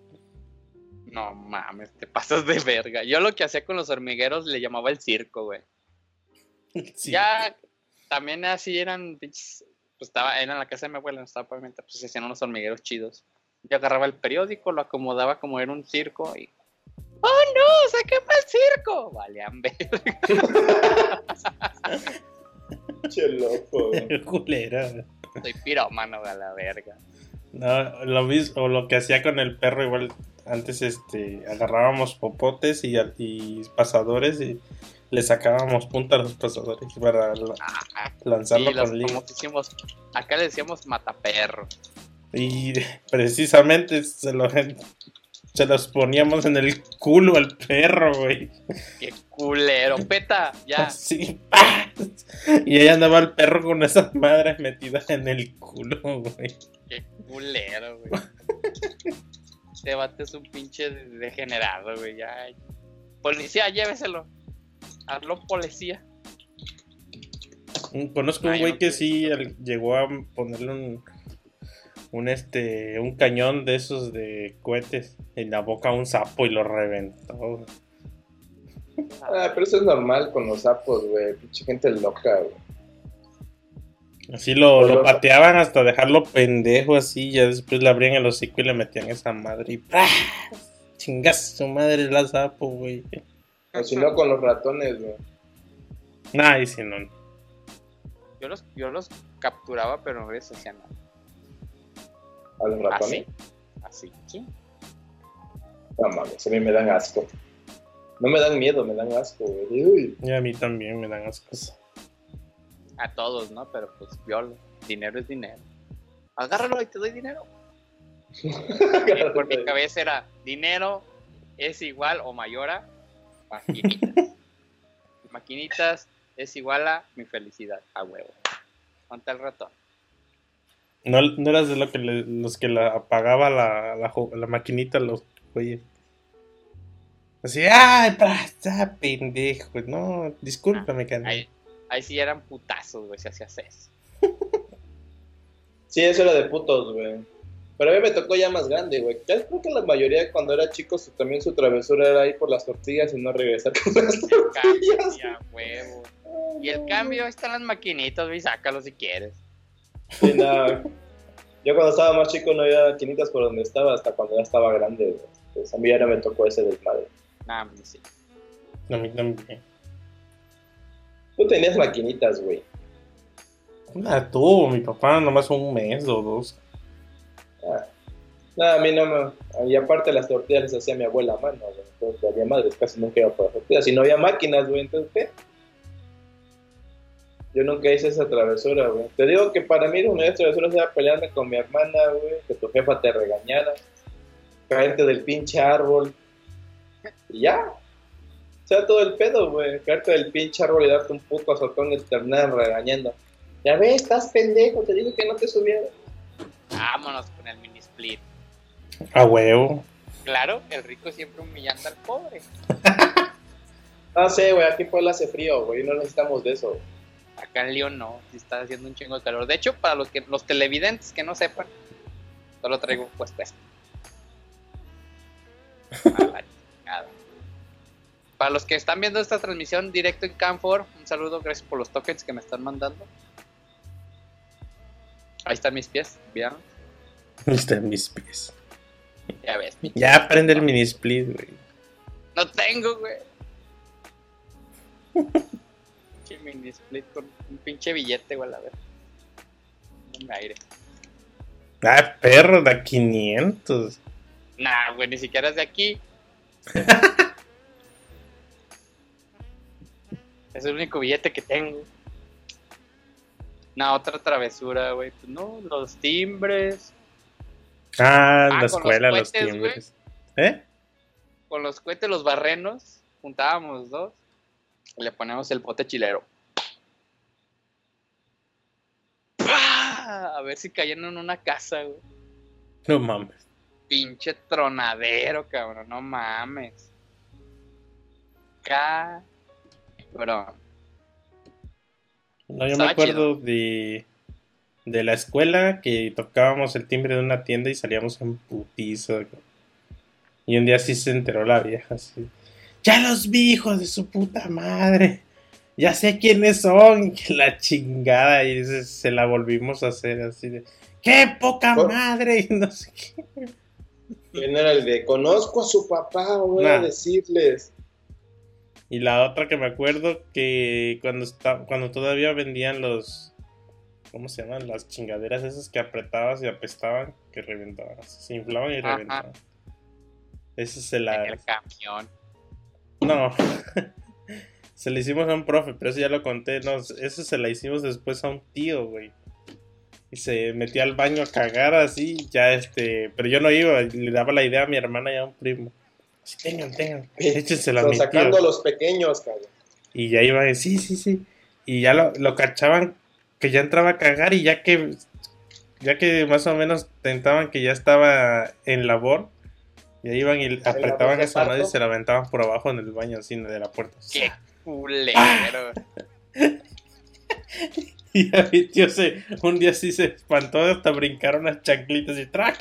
No mames, te pasas de verga. Yo lo que hacía con los hormigueros le llamaba el circo, güey. Sí. Ya también así eran pinches. Pues estaba, era en la casa de mi abuela, no estaba pavimentada, pues se hacían unos hormigueros chidos. Yo agarraba el periódico, lo acomodaba como era un circo y. ¡Oh no! ¡Se quema el circo! Vale, ambe. Che loco, güey. Culero. Soy pirómano a la verga. No, lo mismo, o lo que hacía con el perro, igual antes este agarrábamos popotes y, al- y pasadores y le sacábamos punta a los pasadores para la- lanzarlo Y los con liga. famosísimos- Acá le decíamos mataperro. Y precisamente se, lo- se los poníamos en el culo al perro, güey. ¡Qué culero! ¡Peta! Ya. Así, ¡pa! Y ahí andaba el perro con esas madres metidas en el culo, güey. Qué culero, güey. Este vato es un pinche degenerado, güey. Ya. Policía, lléveselo. Hazlo policía. Conozco Ah, un yo güey no que sé. sí al- llegó a ponerle un, un este un cañón de esos de cohetes en la boca a un sapo y lo reventó. Ah, pero eso es normal con los sapos, güey. Pinche gente loca, güey. Así lo, lo Olor. pateaban hasta dejarlo pendejo así, ya después le abrían el hocico y le metían esa madre y ¡pra! Chingas su madre la sapo, güey. O si no, con los ratones, güey. Nah, y si no. Yo los, yo los capturaba, pero no les hacía nada. A los ratones. Así. Así. ¿sí? No mames, a mí me dan asco. No me dan miedo, me dan asco, güey. Uy, Y a mí también me dan ascos. A todos, ¿no? Pero pues violo. Dinero es dinero. Agárralo y te doy dinero. Eh, por mi cabeza era dinero es igual o mayor a maquinitas. maquinitas es igual a mi felicidad, a huevo. Ponte el ratón. ¿No, no eras de lo que le- los que la apagaba la, la, jo- la maquinita, los güeyes. Así, ¡ay, pra, está pendejo! No, discúlpame, carnal. Ahí, ahí sí eran putazos, güey, si hacías eso. Sí, eso era de putos, güey. Pero a mí me tocó ya más grande, güey. Ya creo que la mayoría cuando era chico su- también su travesura era ir por las tortillas y no regresar con las Cambio, tortillas. sí, a huevo. Y el cambio, ahí están las maquinitas, güey, sácalo si quieres. Sí, no. Yo cuando estaba más chico no había quinitas por donde estaba hasta cuando ya estaba grande, güey. Pues a mí ya no me tocó ese desmadre. Nah, hombre, sí. A mí también. Tú tenías maquinitas, güey. La tuvo mi papá nomás un mes o dos. Ah. No, a mí no me... Y aparte las tortillas las hacía mi abuela a mano, güey. Entonces valía madres, casi nunca iba por las tortillas. Y no había máquinas, güey, entonces ¿qué? Yo nunca hice esa travesura, güey. Te digo que para mí una de las travesuras era pelearme con mi hermana, güey. Que tu jefa te regañara. Caerte del pinche árbol. Y ya. O sea, todo el pedo, güey. Caerte del pinche árbol y darte un puto azotón y te terminar regañando. Ya ves, estás pendejo, te dije que no te subieras. Vámonos con el mini split. A huevo. Claro, el rico siempre humillando al pobre. No sé, güey, aquí en Puebla hace frío, güey, no necesitamos de eso. Acá en León no, sí está haciendo un chingo de calor. De hecho, para los que los televidentes que no sepan, solo traigo puesta esta. A la chingada. Para los que están viendo esta transmisión directo en Canfor, un saludo, gracias por los tokens que me están mandando. Ahí están mis pies, ¿vieron? Está en mis pies. Ya ves. mi- Ya prende el mini split, güey. No tengo, güey. pinche mini split con un pinche billete, güey, a ver. Un aire. Ah, perro, da 500. Nah, güey, ni siquiera es de aquí. es el único billete que tengo. Nah, otra travesura, güey. Pues no, los timbres. Ah, Ah, la con los escuela, los, cohetes, timbres. ¿Eh? Con los cohetes, los barrenos. Juntábamos dos. y le ponemos el bote chilero. ¡Pah! A ver si caían en una casa, güey. No mames. Pinche tronadero, cabrón. No mames. Cabrón. No, yo me Estaba acuerdo de, de la escuela que tocábamos el timbre de una tienda y salíamos en putiza. güey. Y un día sí se enteró la vieja, así. Ya los vi, hijos de su puta madre. Ya sé quiénes son. y que La chingada. Y dice, se la volvimos a hacer así de. ¡Qué poca Por- madre! Y no sé qué. ¿Quién era el de conozco a su papá? Voy a Nah. decirles. Y la otra que me acuerdo que cuando, esta- cuando todavía vendían los... ¿Cómo se llaman? Las chingaderas esas que apretabas y apestaban, que reventaban. así, Se inflaban y Ajá. reventaban. Esa se En la... el camión. No. se la hicimos a un profe, pero eso ya lo conté. No, eso se la hicimos después a un tío, güey. Y se metía al baño a cagar así, ya este... Pero yo no iba, le daba la idea a mi hermana y a un primo. Así, tengan, tengan, échensela a Están mi tío. sacando a los pequeños, cabrón. Y ya iba a decir, sí, sí, sí. Y ya lo, lo cachaban, que ya entraba a cagar y ya que, ya que más o menos tentaban que ya estaba en labor, ya iban y apretaban de esa madre y parto. se la aventaban por abajo en el baño, así de la puerta. Qué Ah. culero. Y a mi tío se, un día sí se espantó, hasta brincaron las chanclitas y ¡trac!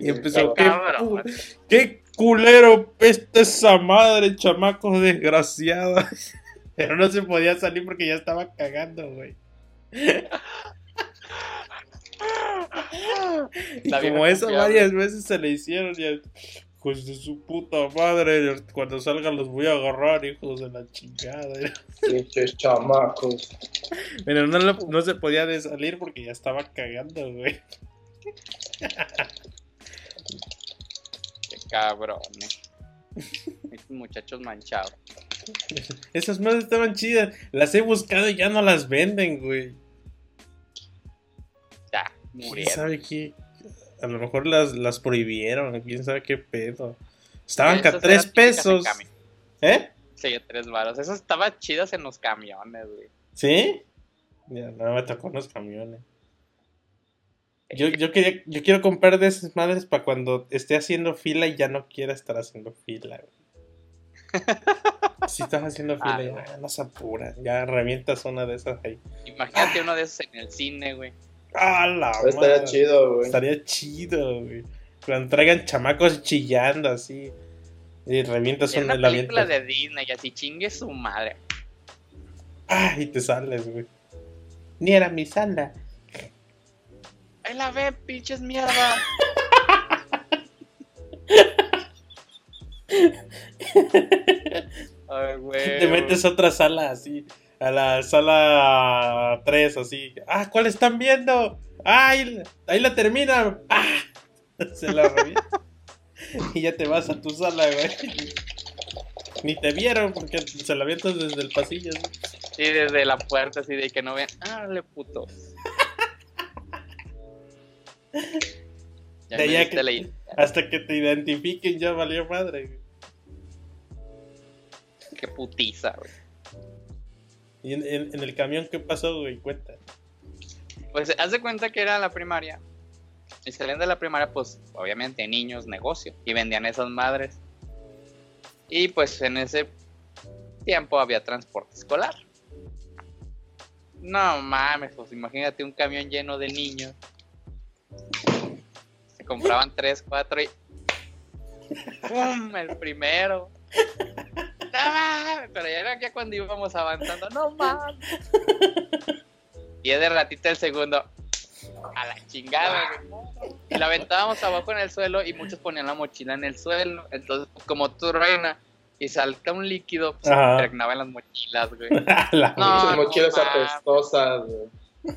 Y empezó, qué, Cabrón. cu- qué culero peste esa madre, chamaco desgraciado. Pero no se podía salir porque ya estaba cagando, güey. Y La vieja como eso confiable. varias veces se le hicieron, ya, hijos de su puta madre, cuando salgan los voy a agarrar, hijos de la chingada. Pinches chamacos. Pero no, lo- no se podía de salir porque ya estaba cagando, güey. Qué cabrones. Estos muchachos manchados. Esas madres estaban chidas. Las he buscado y ya no las venden, güey. Ya, ¿Quién murieron. sabe qué? A lo mejor las, las prohibieron. ¿Quién sabe qué pedo? Estaban que a Esas tres eran típicas de pesos. cami. ¿Eh? Sí, tres varos. Esas estaban chidas en los camiones, güey. ¿Sí? Ya, no, me tocó en los camiones. Eh. Yo, yo, quería, yo quiero comprar de esas madres para cuando esté haciendo fila y ya no quiera estar haciendo fila. güey. Si estás haciendo fila, Ah, ya ah, no se apura. Ya revientas una de esas ahí. Imagínate uno de esos en el cine, güey. ¡Ah, la Estaría madre! chido, güey. Estaría chido, güey. Cuando traigan chamacos chillando así. Y revientas Es una una y la película avientas. de Disney y así chingue su madre. ¡Ah! Y te sales, güey. Ni era mi sala. Ahí la ve, pinches mierda. Ay, güey. Te metes a otra sala así, a la sala 3, así. Ah, ¿cuál están viendo? Ah, ahí, ahí la termina. Ah, se la revienta. y ya te vas a tu sala, güey. Ni te vieron porque se la avientas desde el pasillo. así. Y desde la puerta así de que no vean. Ah, le puto. Ya De me allá diste que- la idea. Hasta que te identifiquen, ya valió madre. güey. Qué putiza, güey. Y en, en- en el camión, ¿qué pasó, güey? Cuenta. Pues haz de cuenta que era la primaria. Y salían de la primaria, pues obviamente niños, negocio. Y vendían esas madres. Y pues en ese tiempo había transporte escolar. No mames, pues imagínate un camión lleno de niños. Se compraban tres, cuatro y. ¡Pum! El primero. No mames, pero ya era que cuando íbamos avanzando. No mames. Y es de ratito el segundo. A la chingada, güey. Y la aventábamos abajo en el suelo y muchos ponían la mochila en el suelo. Entonces, como tú reina, y salta un líquido, pues, Ajá. se impregnaba en las mochilas, güey. A Ah, la- Ah, No, Muchas mochilas mames. apestosas, güey.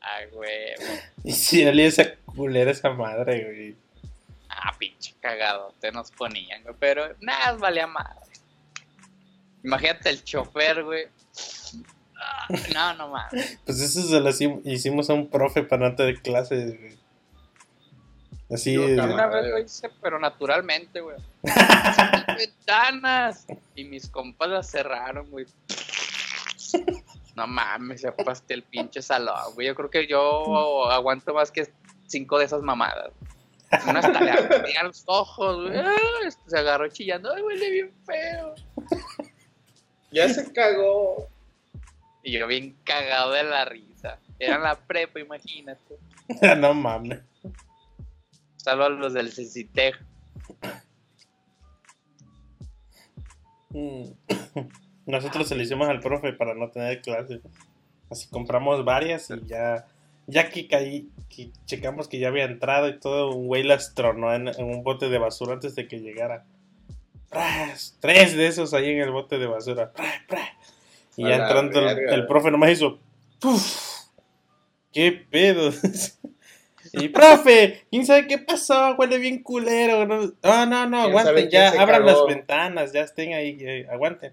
Ah, güey. Y si olía esa culera esa madre, güey. Ah, pinche cagado, te nos ponían, güey. Pero nada, valía madre. Imagínate el chofer, güey. Ah, no, no mames. Pues eso se lo hicim- hicimos a un profe para nota de clases, güey. Así. Yo, eh, Yo Una vez lo hice, pero naturalmente, güey. Las ventanas. Y mis compas las cerraron, güey. No mames, ya pasaste el pinche salón, güey. Yo creo que yo aguanto más que cinco de esas mamadas. Una hasta le abrían los ojos, güey. Ah, Se agarró chillando. Ay, huele bien feo. Ya se cagó. Y yo bien cagado de la risa. Era la prepa, imagínate. no mames. Salvo a los del Cecitec. Mm. Nosotros se lo hicimos al profe para no tener clases. Así compramos varias y ya. Ya que caí, que checamos que ya había entrado y todo, un güey las tronó en, en un bote de basura antes de que llegara. ¡Pras! Tres de esos ahí en el bote de basura. ¡Pras, pras! Y A ya la entrando, el, verga. el profe nomás hizo. ¡Puf! ¡Qué pedo! pues, y profe, ¿quién sabe qué pasó? Huele bien culero. No, no, no, no, ¿Quién sabe aguanten, quién ya se abran cagó? las ventanas, ya estén ahí, eh, aguanten.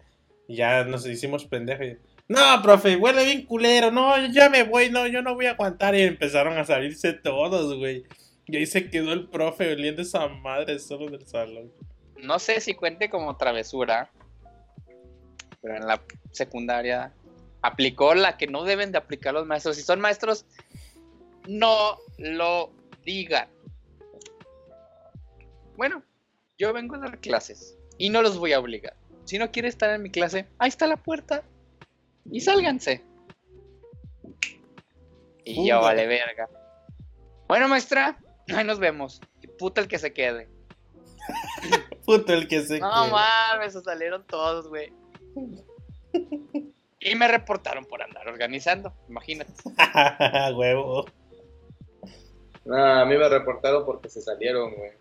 Y ya nos hicimos pendejos. y, No, profe, huele bien culero. No, yo ya me voy, no, yo no voy a aguantar. Y empezaron a salirse todos, güey. Y ahí se quedó el profe oliendo esa madre solo del salón. No sé si cuente como travesura. Pero en la secundaria aplicó la que no deben de aplicar los maestros. Si son maestros, no lo digan. Bueno, yo vengo a dar clases y no los voy a obligar. Si no quiere estar en mi clase, ahí está la puerta y sálganse. Y ya Uy. vale verga. Bueno, maestra, ahí nos vemos. Y puta el que se quede. Puto el que se No quedó. mames, se salieron todos, güey. Y me reportaron por andar organizando, imagínate. Huevo. No, a mí me reportaron porque se salieron, güey.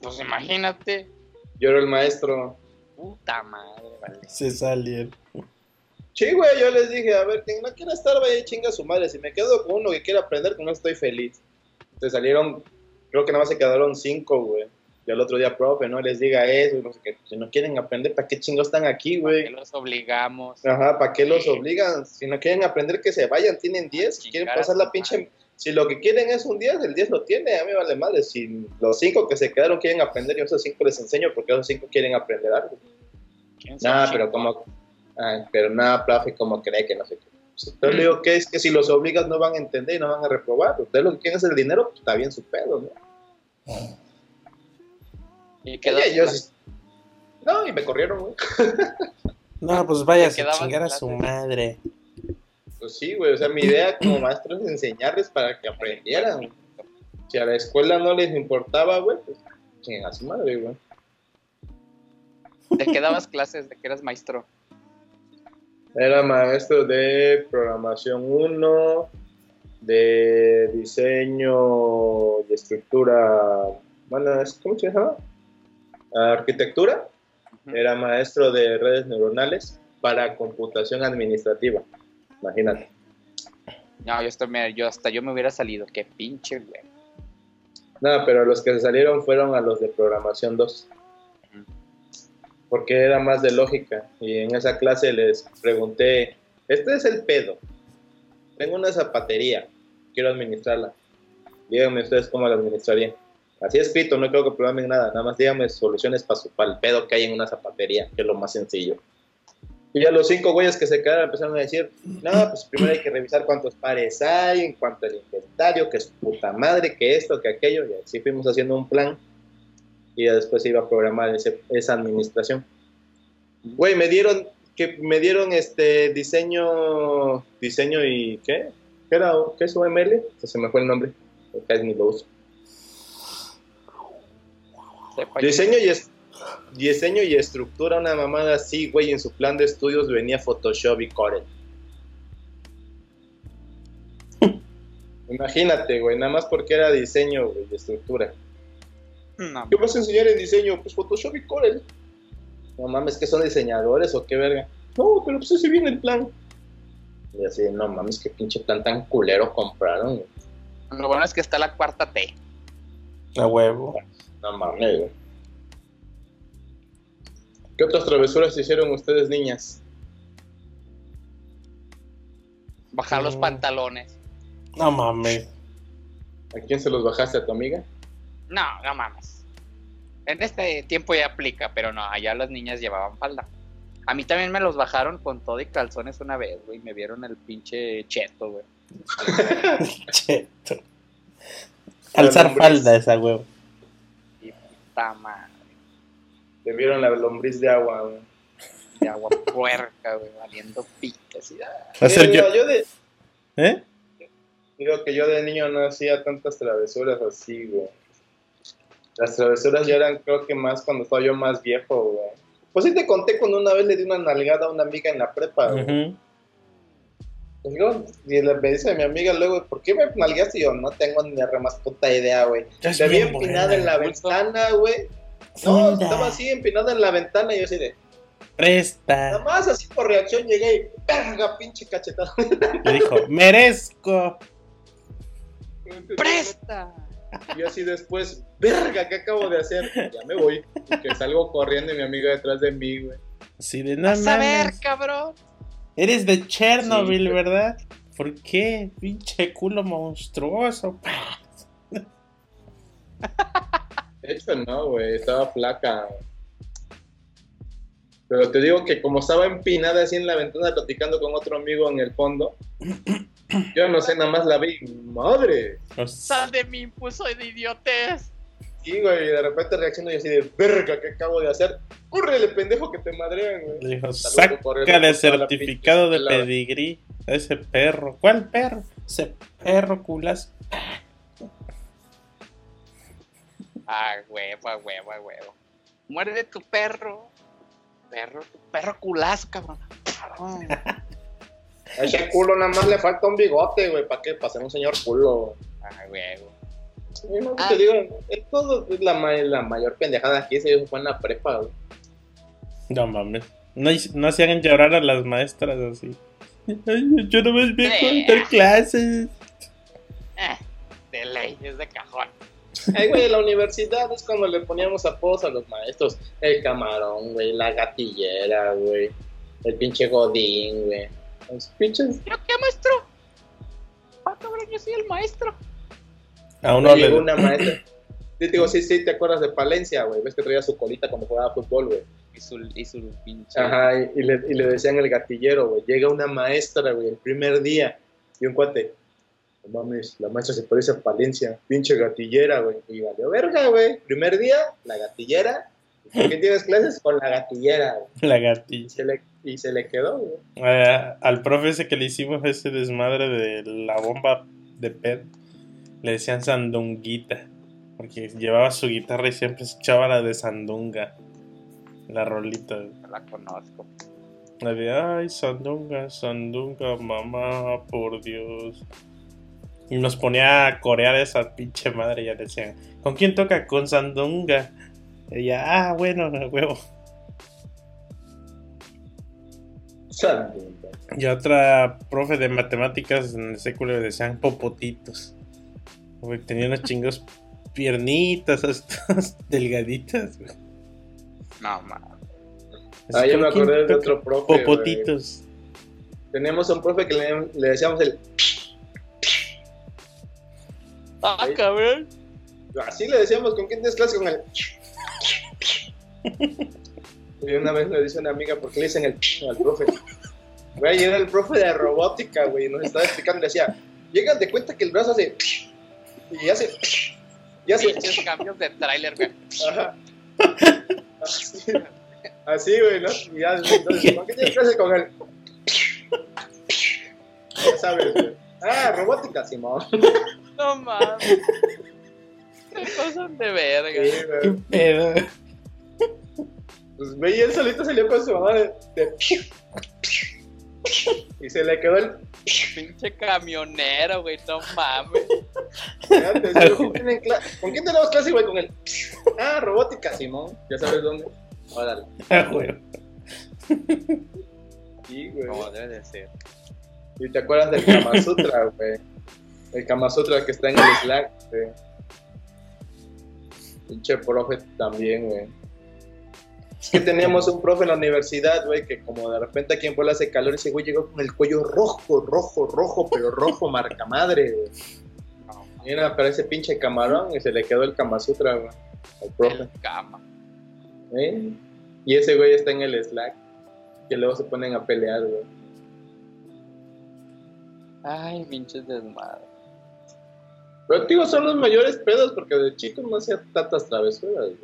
Pues imagínate. Yo era el maestro. Puta madre, vale. Se salieron. Sí, güey, yo les dije, a ver, quien no quiera estar, vaya y chinga a su madre. Si me quedo con uno que quiera aprender, con eso estoy feliz. Se salieron, creo que nada más se quedaron cinco, güey. Y al otro día, profe, no les diga eso. y no sé qué. Si no quieren aprender, ¿para qué chingos están aquí, ¿Para qué güey? los obligamos. Ajá, ¿para qué los Sí. Ah, obligan? Si no quieren aprender, que se vayan. Tienen 10. Si quieren Chingar a pasar su la pinche. madre. Si lo que quieren es un 10, el 10 lo tiene. A mí me vale madre. Si los cinco que se quedaron quieren aprender, yo a esos cinco les enseño porque esos cinco quieren aprender algo. ¿Quién sabe, Nada, chico? pero como. Ay, pero nada, profe, como cree que no sé qué. Pues, Entonces le digo que es que si los obligas no van a entender y no van a reprobar. Ustedes lo que quieren es el dinero, pues está bien su pedo, ¿no? Y Que quedó- yo sí- No, y me corrieron, güey. No, pues vaya a Se quedaban chingar a su clases. madre. Pues sí, güey. O sea, mi idea como maestro es enseñarles para que aprendieran. güey. Si a la escuela no les importaba, güey, pues chinguen a su madre, güey. Te quedabas clases de que eras maestro. Era maestro de programación 1, de diseño y estructura, bueno, es- ¿cómo se llama? Arquitectura. Ujú. Era maestro de redes neuronales para computación administrativa. Imagínate. No, yo, hasta me- yo hasta yo me hubiera salido. Qué pinche, güey. Nada, pero los que se salieron fueron a los de programación 2. Ujú. Porque era más de lógica. Y en esa clase les pregunté, este es el pedo. Tengo una zapatería, quiero administrarla. Díganme ustedes cómo la administrarían. Así escrito, no creo que programen nada, nada más díganme soluciones para su pal pedo que hay en una zapatería, que es lo más sencillo. Y ya los cinco güeyes que se quedaron empezaron a decir, no, pues primero hay que revisar cuántos pares hay, en cuanto al inventario, que es puta madre, que esto, que aquello, y así fuimos haciendo un plan y ya después se iba a programar ese- esa administración. Güey, me dieron, que me dieron este diseño, diseño y ¿qué? ¿Qué era? ¿Qué es OML? Entonces se me fue el nombre, casi ni lo uso. Sepa yo. Diseño y, es- diseño y estructura, una mamada así, güey. En su plan de estudios venía Photoshop y Corel. Imagínate, güey, nada más porque era diseño güey, y estructura. No, ¿Qué vas a enseñar en diseño? Pues Photoshop y Corel. no mames, que son diseñadores o qué verga. No, pero pues ese viene el plan. Y así, no mames, qué pinche plan tan culero compraron. güey. Lo bueno es que está la cuarta T. A huevo. No mames, güey. ¿Qué otras travesuras hicieron ustedes, niñas? Bajar los Mm. pantalones. No mames. ¿A quién se los bajaste a tu amiga? No, no mames. En este tiempo ya aplica, pero no, allá las niñas llevaban falda. A mí también me los bajaron con todo y calzones una vez, güey. Me vieron el pinche cheto, güey. Cheto. Alzar Hombre. falda esa huevo. Puta madre, Te vieron la lombriz de agua, güey. de agua puerca, güey, valiendo picas y ah. Va a ser Digo, yo. yo de- ¿Eh? digo que yo de niño no hacía tantas travesuras así, güey. Las travesuras ya eran, creo que más cuando estaba yo más viejo, güey. Pues sí te conté cuando una vez le di una nalgada a una amiga en la prepa, güey. Ujú. Pues digo, y le- me dice mi amiga luego, ¿por qué me nalgaste? Y yo, no tengo ni la re más puta idea, güey. Estás Te vi bien empinada buena. en la ventana, güey. No, Falda. estaba así empinada en la ventana y yo así de, nada Presta. más así por reacción llegué y, verga, pinche cachetada. Le dijo, merezco. ¡Presta! Y yo así después, verga, ¿qué acabo de hacer? Ya me voy. Y que salgo corriendo y mi amiga detrás de mí, güey. Así de no ¡A saber, mames. cabrón! Eres de Chernobyl, Sí, pero- ¿verdad? ¿Por qué? Pinche culo monstruoso. pa. De hecho, no, güey, estaba flaca. Pero te digo que como estaba empinada así en la ventana platicando con otro amigo en el fondo, yo no sé, nada más la vi, madre. O ¡Sal sea, de mi impulso de idiotez! Y, güey, de repente reacciono y así de, verga, ¿qué acabo de hacer? ¡Córrele, pendejo, que te madrean, güey! Le dijo, Saludo por el- saca de por la certificado de pinche escuela". pedigrí a ese perro. ¿Cuál perro? Ese perro culazo. ¡A huevo, a huevo, a huevo! ¡Muerde tu perro! ¡Perro, tu perro culazo, cabrón! Cabrón. A ese culo nada más le falta un bigote, güey, ¿para qué? Para ser un señor culo. ¡A huevo! Y no, Ah. Te digo, es todo, es la, ma- la mayor pendejada aquí se fue en la prepa, güey. No mames. No, no se hagan llorar a las maestras así. Ay, yo no me voy a contar clases. Eh, de ley, es de cajón. Ay, güey, la universidad es cuando le poníamos apodos a los maestros. El camarón, güey, la gatillera, güey. El pinche godín, güey. Los pinches... ¿Yo qué, maestro? ¡Ah, cabrón, yo soy el maestro! A uno No, llegó le una maestra. Yo te digo, sí, sí, te acuerdas de Palencia, güey. Ves que traía su colita cuando jugaba fútbol, güey. Y su, y su pinche... Ajá, y, y le, y le decían el gatillero, güey. Llega una maestra, güey, el primer día. Y un cuate, no mames, la maestra se parece a Palencia, pinche gatillera, güey. Y valió verga, güey. Primer día, la gatillera. ¿Por qué tienes clases? Con la gatillera, güey. la Y gatilla. se le, y se le quedó, güey. Ah, al profe ese que le hicimos ese desmadre de la bomba de ped, le decían sandunguita. Porque llevaba su guitarra y siempre escuchaba la de sandunga. La rolita. No la conozco. La de, ay, sandunga, sandunga, mamá, por Dios. Y nos ponía a corear esa pinche madre. Ya decían, ¿con quién toca? Con sandunga. Ella, ah, bueno, a huevo. Sandunga. Y a otra profe de matemáticas en el século le decían popotitos. Güey, tenía unas chingas piernitas, estas delgaditas. güey. No, mames. Ah, Así yo me como, acordé ¿quién de toca? otro profe. güey. Popotitos. Teníamos un profe que le, le decíamos el. ¡Ah, Ey. cabrón! Así le decíamos, ¿con quién tienes clase? Con el. Y una vez le dice una amiga, ¿por qué le dicen el al profe? Güey, era el profe de robótica, güey, nos estaba explicando y le decía, llegas de cuenta que el brazo hace. Y hace. Y hace. Pinches cambios de tráiler, güey. Ajá. Así, así, güey, ¿no? Y ya, entonces, ¿por qué tienes clase con él? Ya sabes, güey. Ah, robótica, Simón. Sí, No mames. Qué cosas de verga. ¿Qué güey. pedo? Pues, güey, él solito salió con su mamá de... de- Y se le quedó el... Pinche camionero, güey. No mames. Ya te digo, ¿Con quién tienen cla- ¿con quién tenemos clase, güey? Con el... Ah, robótica, Simón. Ya sabes dónde. Órale. Ah, güey. Sí, güey. Como debe de ser. ¿Y te acuerdas del Kama Sutra, güey? El Kama Sutra que está en el Slack, güey. Pinche profe también, güey. Es que teníamos un profe en la universidad, güey, que como de repente aquí en Puebla hace calor, ese güey llegó con el cuello rojo, rojo, rojo, pero rojo, marca madre, güey. Mira, pero ese pinche camarón y se le quedó el Kama Sutra, güey, al profe. El cama. ¿eh? Y ese güey está en el Slack, que luego se ponen a pelear, güey. Ay, pinches desmadre. Pero digo, son los mayores pedos porque de chico no hacía tantas travesuras, güey.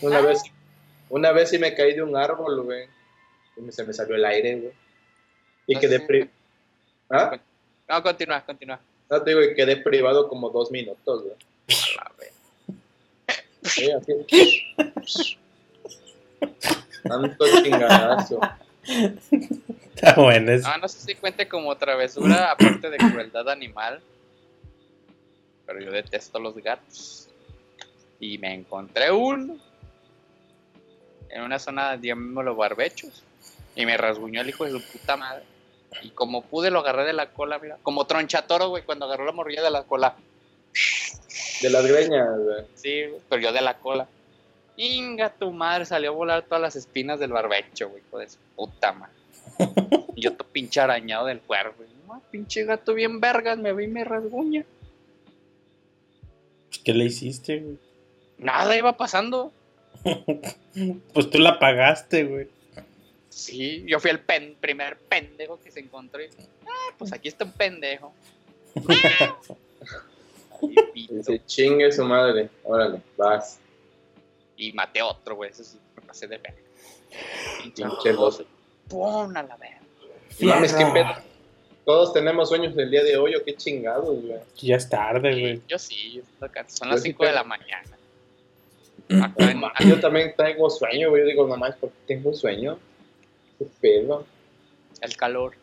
Una Ah. vez, una vez sí me caí de un árbol, güey. Y me- se me salió el aire, güey. Y No quedé sé. pri- ¿Ah? No, continúa, continúa. No te digo que quedé privado como dos minutos, güey. A la vez. Sí, así. Tanto chingadazo. Está bueno. es- Ah, no sé si cuente como travesura, aparte de crueldad animal. Pero yo detesto los gatos. Y me encontré uno. En una zona, llamémoslo barbechos. Y me rasguñó el hijo de su puta madre. Y como pude, lo agarré de la cola, mira. Como tronchatoro, güey, cuando agarró la morrilla de la cola. De las greñas, güey. Sí, güey, pero yo de la cola. Inga tu madre, salió a volar todas las espinas del barbecho, güey, hijo de su puta madre. Y yo todo pinche arañado del cuerpo. güey. No, pinche gato bien vergas, me vi y me rasguña. ¿Qué le hiciste, güey? Nada iba pasando. Pues tú la pagaste, güey. Sí, yo fui el pen- primer pendejo que se encontró. y, ah, pues aquí está un pendejo. Ahí, Y pito. Dice, chingue su madre. Órale, vas. Y maté a otro, güey, eso sí, me pasé de verga. Pinche Pinche oso. Pum, a la verga. Y mames, qué Fierro. pedo. Todos tenemos sueños del día de hoy, o qué chingados, güey. Ya es tarde, Sí, güey. yo sí, yo estoy cansado. son Yo las sí 5 de tengo- la mañana. Acá en- Ah, Yo también tengo sueño, güey. Yo digo, no mames, ¿por qué tengo sueño? Qué pedo. el calor.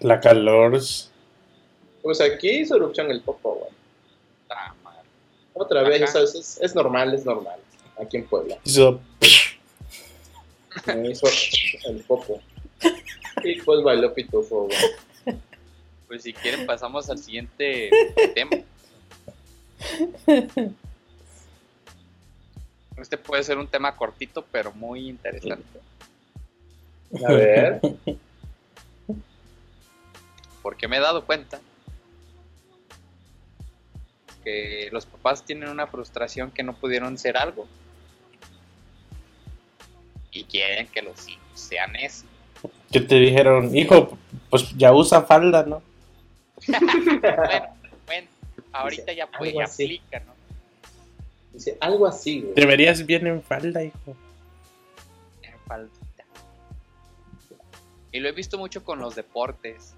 La calor. Pues aquí hizo erupción el popo, güey. Ah, madre. Otra vez, ya Ajá. sabes, es, es normal, es normal. Aquí en Puebla. Hizo. Me hizo el popo. Y pues bailó pitufo, güey. Pues si quieren pasamos al siguiente tema. Este puede ser un tema cortito, pero muy interesante. A ver. Porque me he dado cuenta que los papás tienen una frustración que no pudieron ser algo. Y quieren que los hijos sean eso. Que te dijeron, hijo, pues ya usa falda, ¿no? bueno, bueno, ahorita ya, pues, algo ya así. aplica, ¿no? Dice, algo así, güey. Te verías bien en falda, hijo. En faldita. Y lo he visto mucho con los deportes.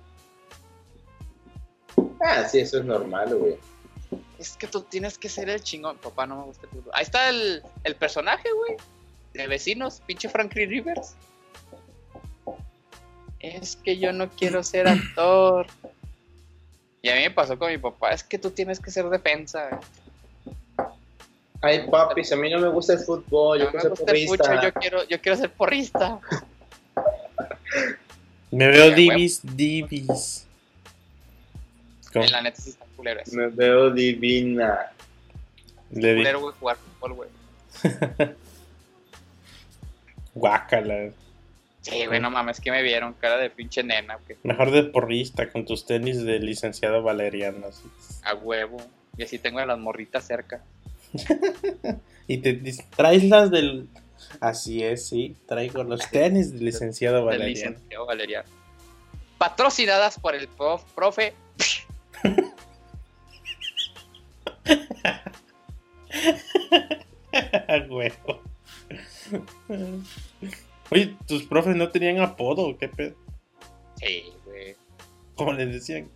Ah, sí, eso es normal, güey. Es que tú tienes que ser el chingón. Papá, no me gusta el fútbol. Ahí está el, el personaje, güey. De vecinos, pinche Franklin Rivers. Es que yo no quiero ser actor. Y a mí me pasó con mi papá. Es que tú tienes que ser defensa. Ay, papi, si a mí no me gusta el fútbol, yo No me quiero ser gusta el fucho, futbolista. yo quiero, yo quiero ser porrista. Me veo Ya, güey. divis, divis. Con- En la neta sí está culero eso. Me veo divina. Le di culero, güey, jugar fútbol, güey. guácala. Sí, güey, no mames, que me vieron cara de pinche nena, que Mejor de porrista con tus tenis de licenciado Valeriano. así. a huevo. Y así tengo a las morritas cerca. Y te dis- traes las del. Así es, sí. Traigo los tenis del licenciado Del Valeriano. licenciado Valeriano. oh, Patrocinadas por el prof- profe. Ah, huevo. Oye, tus profes no tenían apodo, ¿qué pedo? Sí, güey. Como les decían.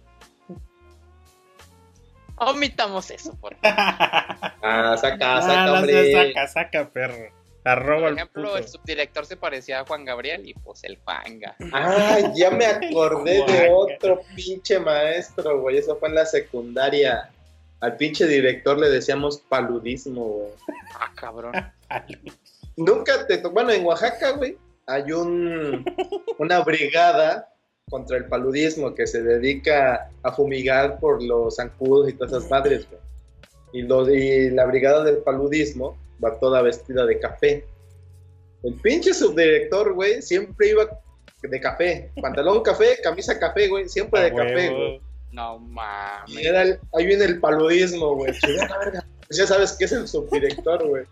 Omitamos eso, por favor. Ah, saca, Ah, saca, las de hombre. saca, saca, perro. Arroba Por al ejemplo, este puto. el subdirector se parecía a Juan Gabriel y pues el panga. Ah, ya me acordé de Guaca. otro pinche maestro, güey. Eso fue en la secundaria. Al pinche director le decíamos paludismo, güey. Ah, cabrón. Paludismo. Nunca te to- Bueno, en Oaxaca, güey, hay un, una brigada contra el paludismo que se dedica a fumigar por los zancudos y todas esas madres, güey. Y, los- y la brigada del paludismo va toda vestida de café. El pinche subdirector, güey, siempre iba de café. Pantalón café, camisa café, güey. Siempre de A café, huevo. güey. No Y mames. era el- ahí viene el paludismo, güey. Chingada verga. Pues ya sabes que es el subdirector, güey.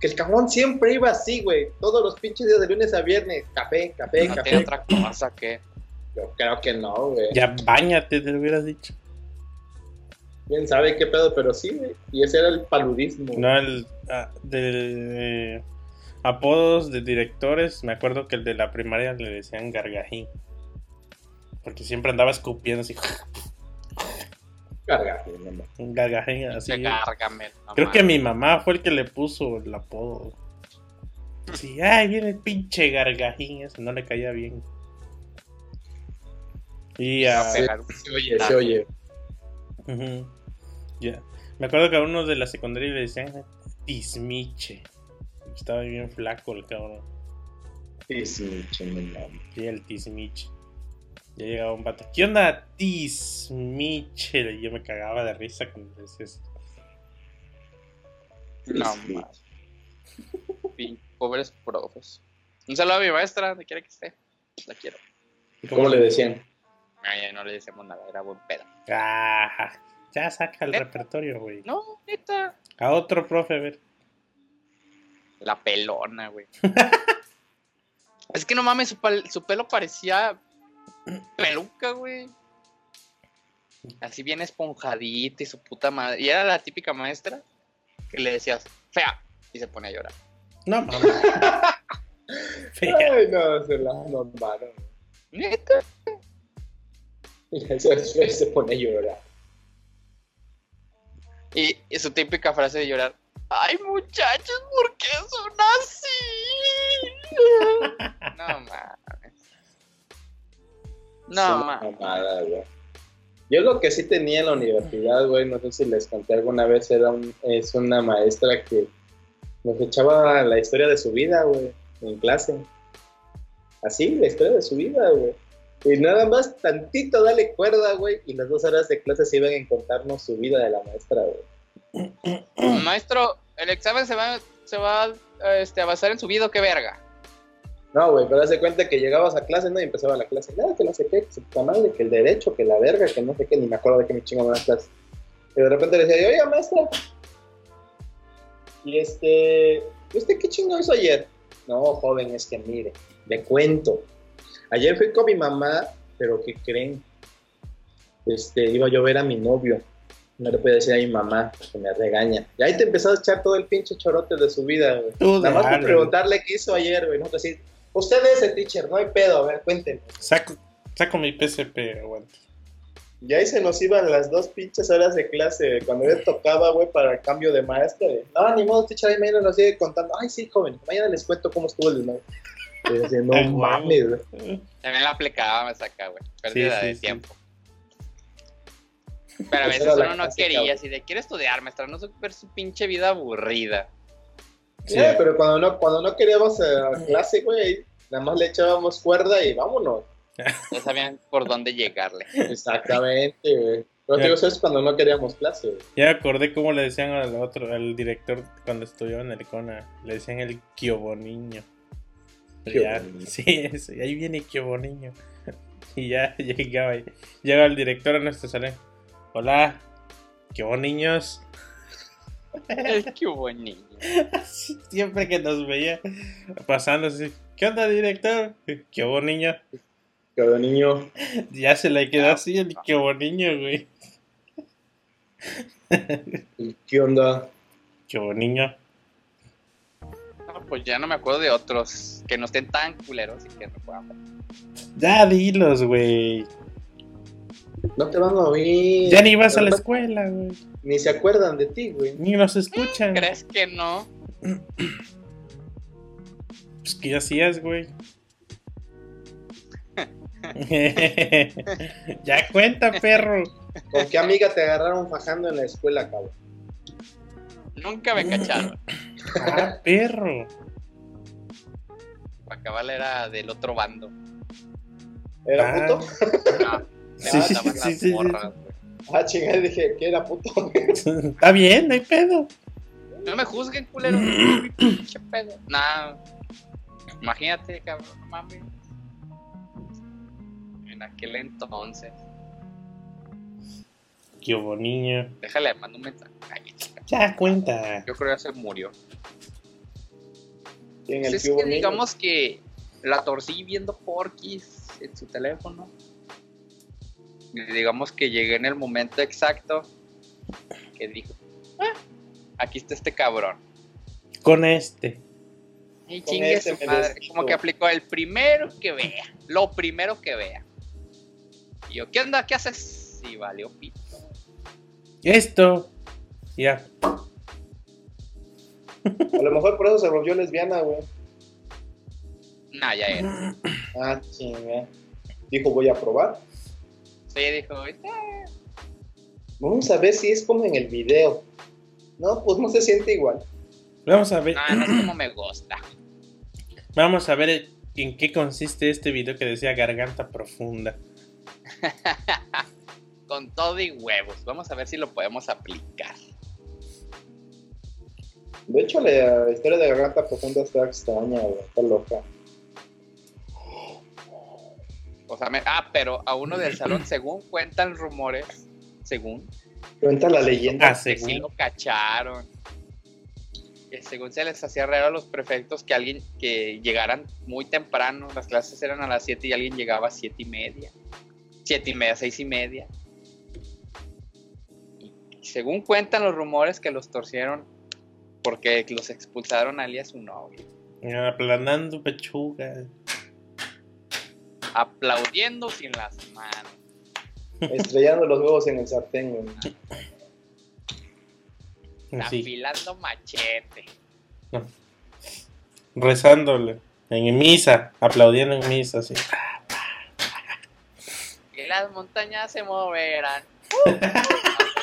Que el cabrón siempre iba así, güey. Todos los pinches días de lunes a viernes. Café, café, No café. tiene otra cosa que. Yo creo que no, güey. Ya bañate, te lo hubieras dicho. Quién sabe qué pedo, pero sí, güey. Y ese era el paludismo. No, el ah, de, eh, apodos de directores, me acuerdo que el de la primaria le decían gargajín. Porque siempre andaba escupiendo así, Carga, güey, no mames. un gargajín así. Se cárgame. no Creo que mames. mi mamá fue el que le puso el apodo. Sí, ay, viene el pinche gargajín, ese no le caía bien. Y a... Va a pegar un- Se oye, Ah. se oye. Ujú. Ya. Me acuerdo que a uno de la secundaria le decían Tismiche. Estaba bien flaco el cabrón. Sí, sí, chingón, no mames. Y el Tismiche. Ya llegaba un vato. ¿Qué onda, Tismiche? Y yo me cagaba de risa cuando decía eso. No mames. Pin- Pobres profes. Un saludo a mi maestra, donde quiera que esté. La quiero. ¿Cómo le decían? Ay, Ah, no le decimos nada, era buen pedo. Ah, ya saca el Eh. repertorio, güey. No, neta. A otro profe, a ver. La pelona, güey. es que no mames, su, pal- su pelo parecía peluca, güey. Así bien esponjadita y su puta madre. Y era la típica maestra que le decías, fea, y se pone a llorar. No mames. Fea. Ay, no, se la mandaron. Neta. Se, se se pone a llorar. Y, y su típica frase de llorar, ay muchachos, ¿por qué son así? no mames. Es No una mames. mamada, güey. Yo lo que sí tenía en la universidad, güey, no sé si les conté alguna vez, era un- es una maestra que nos echaba la historia de su vida, güey, en clase. Así, la historia de su vida, güey. Y nada más tantito dale cuerda, güey, y las dos horas de clase se iban a contarnos su vida de la maestra, güey. Maestro, el examen se va, se va este, a basar en su vida, o qué verga. No, güey, pero hace cuenta que llegabas a clase, ¿no? Y empezaba la clase. Nada, que no sé qué, que su puta madre, que el derecho, que la verga, que no sé qué, ni me acuerdo de qué me chingo las clases. Y de repente le decía, yo, oiga, maestra. Y este, ¿y usted qué chingo hizo ayer? No, joven, es que mire, le cuento. Ayer fui con mi mamá, pero ¿qué creen? Este, iba yo a ver a mi novio. No le podía decir a mi mamá, que me regaña. Y ahí te empezó a echar todo el pinche chorote de su vida, güey. Tú Nada más por déjalo. preguntarle qué hizo ayer, güey. Nosotros así, usted es el teacher, no hay pedo, a ver, cuéntenme. Saco, saco mi PSP, aguanta. Y ahí se nos iban las dos pinches horas de clase, güey. Cuando yo tocaba, güey, para el cambio de maestra, güey. No, ni modo, teacher, ahí mañana nos sigue contando. Ay, sí, joven, mañana les cuento cómo estuvo el desmadre. Y yo decía, Ay, no güey. mames, güey. También la aplicaba más acá, güey. Pérdida Sí, sí, de sí. tiempo. Pero Esa a veces era la uno no clásica, güey. quería, así de quiere estudiar, maestra, no su- ver su pinche vida aburrida. Sí. Ya, pero cuando no, cuando no queríamos eh, clase, güey, ahí nada más le echábamos cuerda y vámonos. No sabían por dónde llegarle. Exactamente, güey. Pero te digo, eso es cuando no queríamos clase, güey. Ya me acordé cómo le decían al otro, al director cuando estudió en el CONA. Le decían el Kioboniño. Qué Ya, bonito. sí, eso, y ahí viene Kioboniño. Y ya llegaba ahí. Llega el director a nuestro salón. Hola, Kioboniños. El que hubo niño. Así, Siempre que nos veía pasando así. ¿Qué onda, director? Kioboniño. Cada niño Ya se le quedó así el Kioboniño, güey. ¿Qué onda? Kioboniño. No, pues ya no me acuerdo de otros que no estén tan culeros y que no puedan. Ya dilos, güey. No te van a oír. Ya ni vas a la escuela, güey. Ni se acuerdan de ti, güey. Ni nos escuchan. ¿Crees que no? Pues, ¿qué hacías, güey? ya cuenta, perro. ¿Con qué amiga te agarraron fajando en la escuela, cabrón? Nunca me cacharon. Ah, perro. Para acabarla era del otro bando. ¿Era Ah. puto? No, Sí, sí, sí, sí, las sí, morras, güey. Ah, chingada, dije que era puto. Está bien, no hay pedo. No me juzguen, culero. Pinche pedo. Nah. Imagínate, cabrón, no mames. En aquel entonces. Qué hubo, niño. Déjale, mando un mensaje. Ay, chica, Ya cuenta. Yo creo que ya se murió. Y en Pues el es cubo que mío, digamos que la torcí viendo porquis en su teléfono. Y digamos que llegué en el momento exacto que dijo, "Ah, aquí está este cabrón. Con este. Y Con chingue ese su me madre. desquito. Como que aplicó el primero que vea. Lo primero que vea. Y yo, ¿qué onda? ¿Qué haces? Y valió pito. Esto. Ya. A lo mejor por eso se volvió lesbiana, güey. Nah, ya era. Ah, chingada. Dijo, voy a probar. Sí, dijo, "Ah, Vamos a ver si es como en el video. No, pues no se siente igual. Vamos a ver. no, no es como me gusta. Vamos a ver en qué consiste este video que decía garganta profunda. Con todo y huevos. Vamos a ver si lo podemos aplicar. De hecho, la historia de Garganta Profunda está extraña, güey. Está loca. O sea, me- ah, pero a uno del salón, según cuentan rumores, según, Cuenta la leyenda. Ah, que sí según. lo cacharon. Que según se les hacía raro a los prefectos que alguien que llegaran muy temprano, las clases eran a las 7 y alguien llegaba a 7 y media. 7 y media, 6 y media. Y según cuentan los rumores que los torcieron porque los expulsaron alias su novia. Aplanando pechuga. Aplaudiendo sin las manos. Estrellando los huevos en el sartén, güey. Ah, Así. Afilando machete. Rezándole. En misa. Aplaudiendo en misa, así. Que las montañas se moverán. Uh, a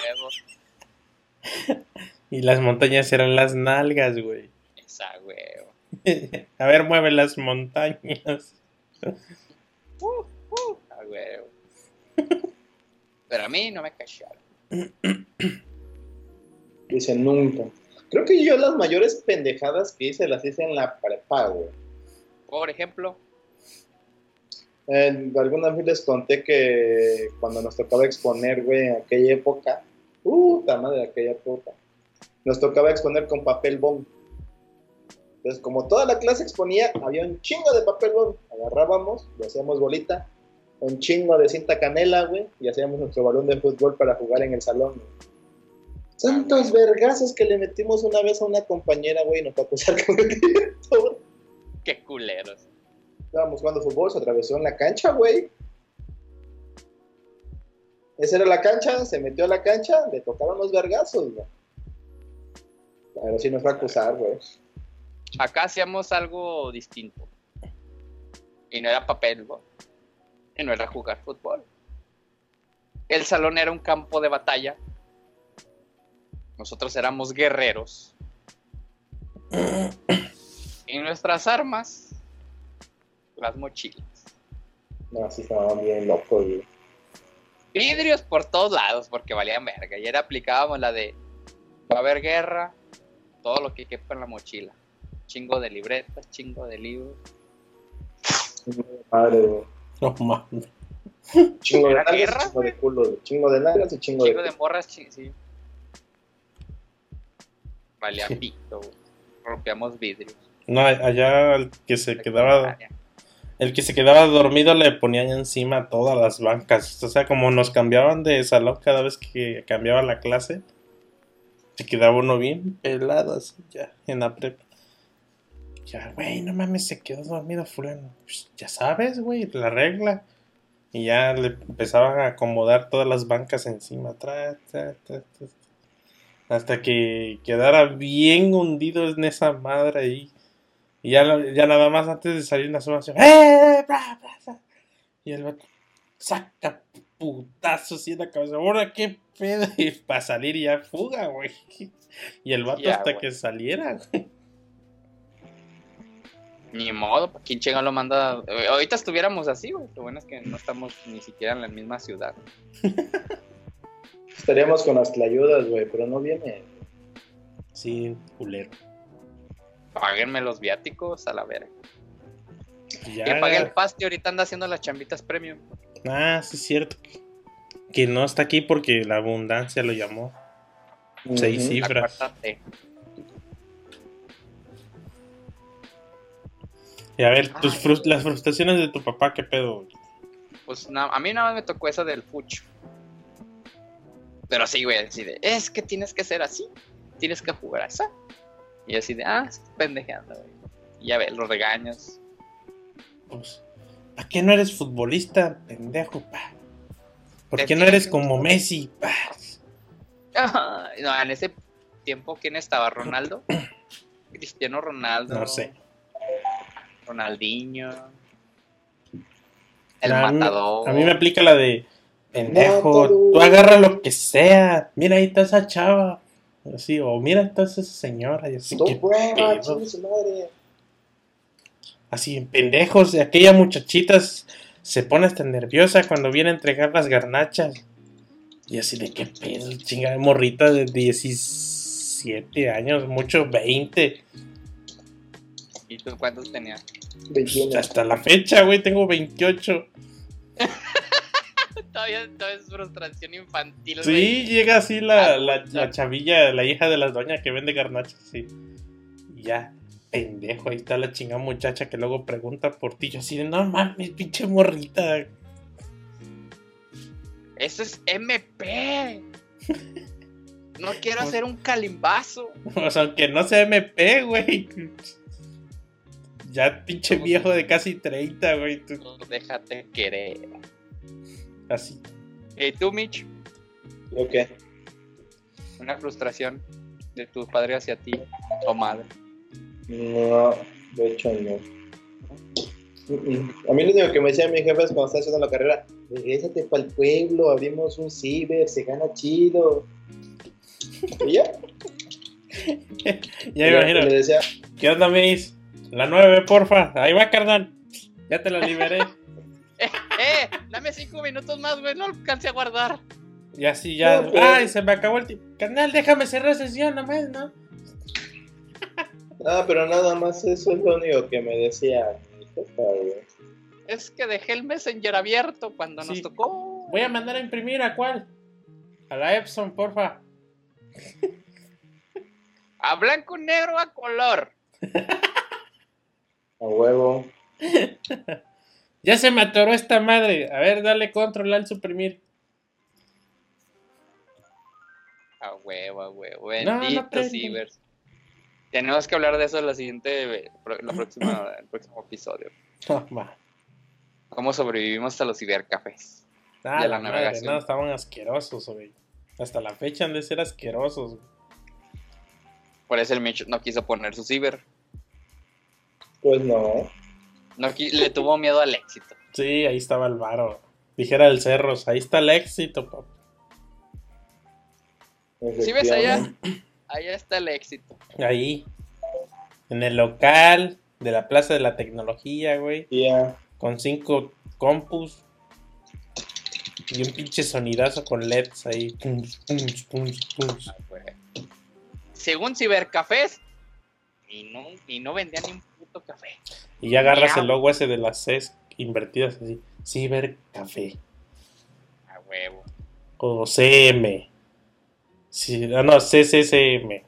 huevo. Y las montañas eran las nalgas, güey. Esa huevo. a ver, mueve las montañas. Uh, uh, a huevo. Pero a mí no me cacharon. Dice, nunca. Creo que yo las mayores pendejadas que hice las hice en la prepa, güey. Por ejemplo, En- alguna vez les conté que cuando nos tocaba exponer, güey, en aquella época, puta madre, aquella época, nos tocaba exponer con papel bond. Entonces, como toda la clase exponía, había un chingo de papel bond. Agarrábamos, lo hacíamos bolita, un chingo de cinta canela, güey, y hacíamos nuestro balón de fútbol para jugar en el salón, güey. Santos vergazos que le metimos una vez a una compañera, güey, y nos va a acusar con el director. qué culeros. Estábamos jugando fútbol, se atravesó en la cancha, güey. Esa era la cancha, se metió a la cancha, le tocaron los vergazos, güey. Pero sí nos va a acusar, güey. Acá hacíamos algo distinto. Y no era papel, bo. y no era jugar fútbol. El salón era un campo de batalla. Nosotros éramos guerreros. y nuestras armas, las mochilas. No, sí estaban bien locos, güey. vidrios por todos lados porque valían verga. Y era aplicábamos la de va a haber guerra, todo lo que quepa en la mochila. Chingo de libretas, chingo de libros. Madre, güey. No mames. Chingo de ¿Era nalgas, y guerra, chingo de culos, güey. Chingo de nalgas y chingo, Chingo de... de morras, chi- sí. Valía pito, güey. rompíamos vidrios. No, allá el que se quedaba, el que se quedaba dormido le ponían encima todas las bancas. O sea, como nos cambiaban de salón cada vez que cambiaba la clase, se quedaba uno bien pelado así ya en la prepa. Ya, güey, no mames, se quedó dormido fulano. Pues, ya sabes, güey, la regla. Y ya le empezaban a acomodar todas las bancas encima, tra, tra, tra, tra, tra. hasta que quedara bien hundido en esa madre ahí. Y ya, lo- ya nada más antes de salir una asoma, así, ¡eh! Bla, bla, bla! Y el vato saca putazos y en la cabeza, ¡ahora qué pedo! Y para salir ya fuga, güey. Y el vato Ya, hasta güey. que saliera, güey. Ni modo, pues, ¿quién llega lo manda? Eh, Ahorita estuviéramos así, güey. Lo bueno es que no estamos ni siquiera en la misma ciudad. Estaríamos con las clayudas, güey, pero no viene. Sí, culero. Páguenme los viáticos a la verga. Pues Ya. Que pague el paste, ahorita anda haciendo las chambitas premium. Ah, sí es cierto. Que no está aquí porque la abundancia lo llamó. Seis Ujú. La cifras. cuarta T. Y a ver, tus Ay. frus- las frustraciones de tu papá, qué pedo. güey? Pues na- a mí nada más me tocó esa del fucho. Pero sí, güey, así de, es que tienes que ser así, tienes que jugar así. Y así de, ah, estás pendejeando, güey. Y ya ve, los regaños. Pues, ¿Para qué no eres futbolista, pendejo? Pa? ¿Por Te qué no tiene- eres como Messi? Pa? no, en ese tiempo, ¿quién estaba? ¿Ronaldo? Cristiano Ronaldo. No sé. Ronaldinho. El A mí- matador. A mí me aplica la de pendejo, Mátalo. tú agarra lo que sea. Mira, ahí está esa chava. Así, o mira, ahí está esa señora. Y así, No, qué güey, pedo. chingue su madre. Así, pendejos. Y aquella muchachita s- se pone hasta nerviosa cuando viene a entregar las garnachas. Y así, de qué pedo, chingada morrita de 17 años, mucho 20. ¿Y tú cuántos tenías? Veintiuno. Pues, Hasta la fecha, güey, tengo 28. Todavía, todavía es frustración infantil, güey. Sí, llega así la, la, la chavilla, la hija de las doñas que vende garnachas, sí. Y Ya, pendejo, ahí está la chingada muchacha que luego pregunta por ti. Yo así de, no mames, pinche morrita. Eso es MP. No quiero hacer un calimbazo. O sea, aunque no sea MP, güey. Ya pinche viejo de casi 30, güey. tú- Déjate querer. Así. ¿Y tú, Mitch? Ok. Una frustración de tu padre hacia ti o madre. No, de hecho no. Mm, mm. A mí lo único que me decía mi jefe es cuando estaba haciendo la carrera, regrésate para el pueblo, abrimos un ciber, se gana chido. ¿Y ya? Ya Y me imagino. Le decía, ¿Qué onda, Miss? La 9, porfa. Ahí va, carnal. Ya te la liberé. ¡Eh! Dame cinco minutos más, güey. No alcancé a guardar. Y así ya. No, güey. Ay, se me acabó el tiempo. Carnal, déjame cerrar sesión nomás, ¿no? ah, pero nada más eso es lo único que me decía mi jefa, güey. Es que dejé el Messenger abierto cuando Sí. nos tocó. Voy a mandar a imprimir a cuál? A la Epson, porfa. A blanco, negro, a color. A huevo. Ya se me atoró esta madre. A ver, dale control al suprimir. A huevo, a huevo. No, no, Bendito pero- Cibers. Tenemos que hablar de eso en la siguiente, eh, pro- la próxima, el próximo episodio. No, ma. ¿Cómo sobrevivimos a los cibercafés? Ah, Y a la la madre, navegación. no, estaban asquerosos, güey. Hasta la fecha han de ser asquerosos. güey. Por eso el Mitch no quiso poner su ciber. Pues no. No qui- le tuvo miedo al éxito. Sí, ahí estaba el varo. Dijera el Cerros, ahí está el éxito, papá. ¿Sí ves allá? efectivamente. Allá está el éxito. Ahí. En el local de la Plaza de la Tecnología, güey. Ya. Con cinco compus. Y un pinche sonidazo con LEDs ahí. Pum, pum, pum, pum. Ah, güey. Según cibercafés, y no, y no vendían ni un puto café. Y ya agarras Miau. el logo ese de las Cs invertidas así. Cibercafé. A huevo. O CM. Sí, ah, no, CCCM.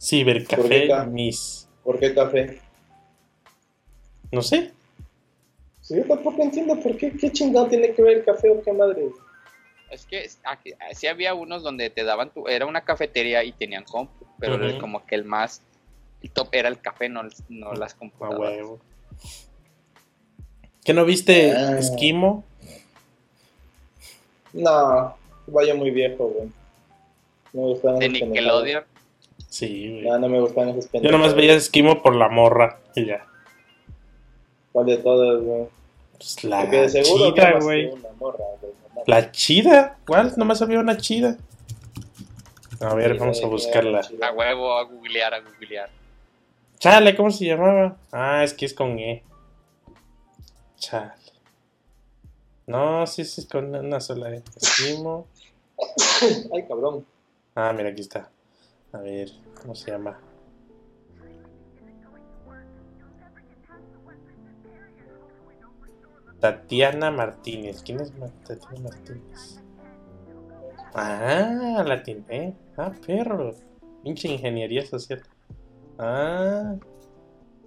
Cibercafé Correcta. Miss. ¿Por qué café? No sé. Sí, yo tampoco entiendo por qué, qué chingado tiene que ver el café o qué madre. Es que es- aquí- sí había unos donde te daban tu. Era una cafetería y tenían compu, pero Ujú. como que el más. El top era el café, no, no las Ah, A computadoras. huevo. ¿Qué no viste Ah. Esquimo? No, vaya muy viejo, güey. No me gustan De esos pendejadas. Nickelodeon. Sí, güey. No, Ah, no me gustan esos pendejadas. Yo nomás veía Esquimo por la morra. Y ya. ¿Cuál de todas, güey? Pues la Porque de seguro había chida, más que güey. una morra, güey. no mames. La chida. ¿Cuál? Nomás había una chida. A ver, Sí, vamos a güey, buscarla. chida. A huevo, a googlear, a googlear. Chale, ¿cómo se llamaba? Ah, es que es con E. Chale. No, sí, sí, es con una sola E. Esquimo. Ay, cabrón. Ah, mira, aquí está. A ver, ¿cómo se llama? Tatiana Martínez. ¿Quién es Ma- Tatiana Martínez? Ah, la tiene. Ah, perro. Pinche ingeniería social. Ah.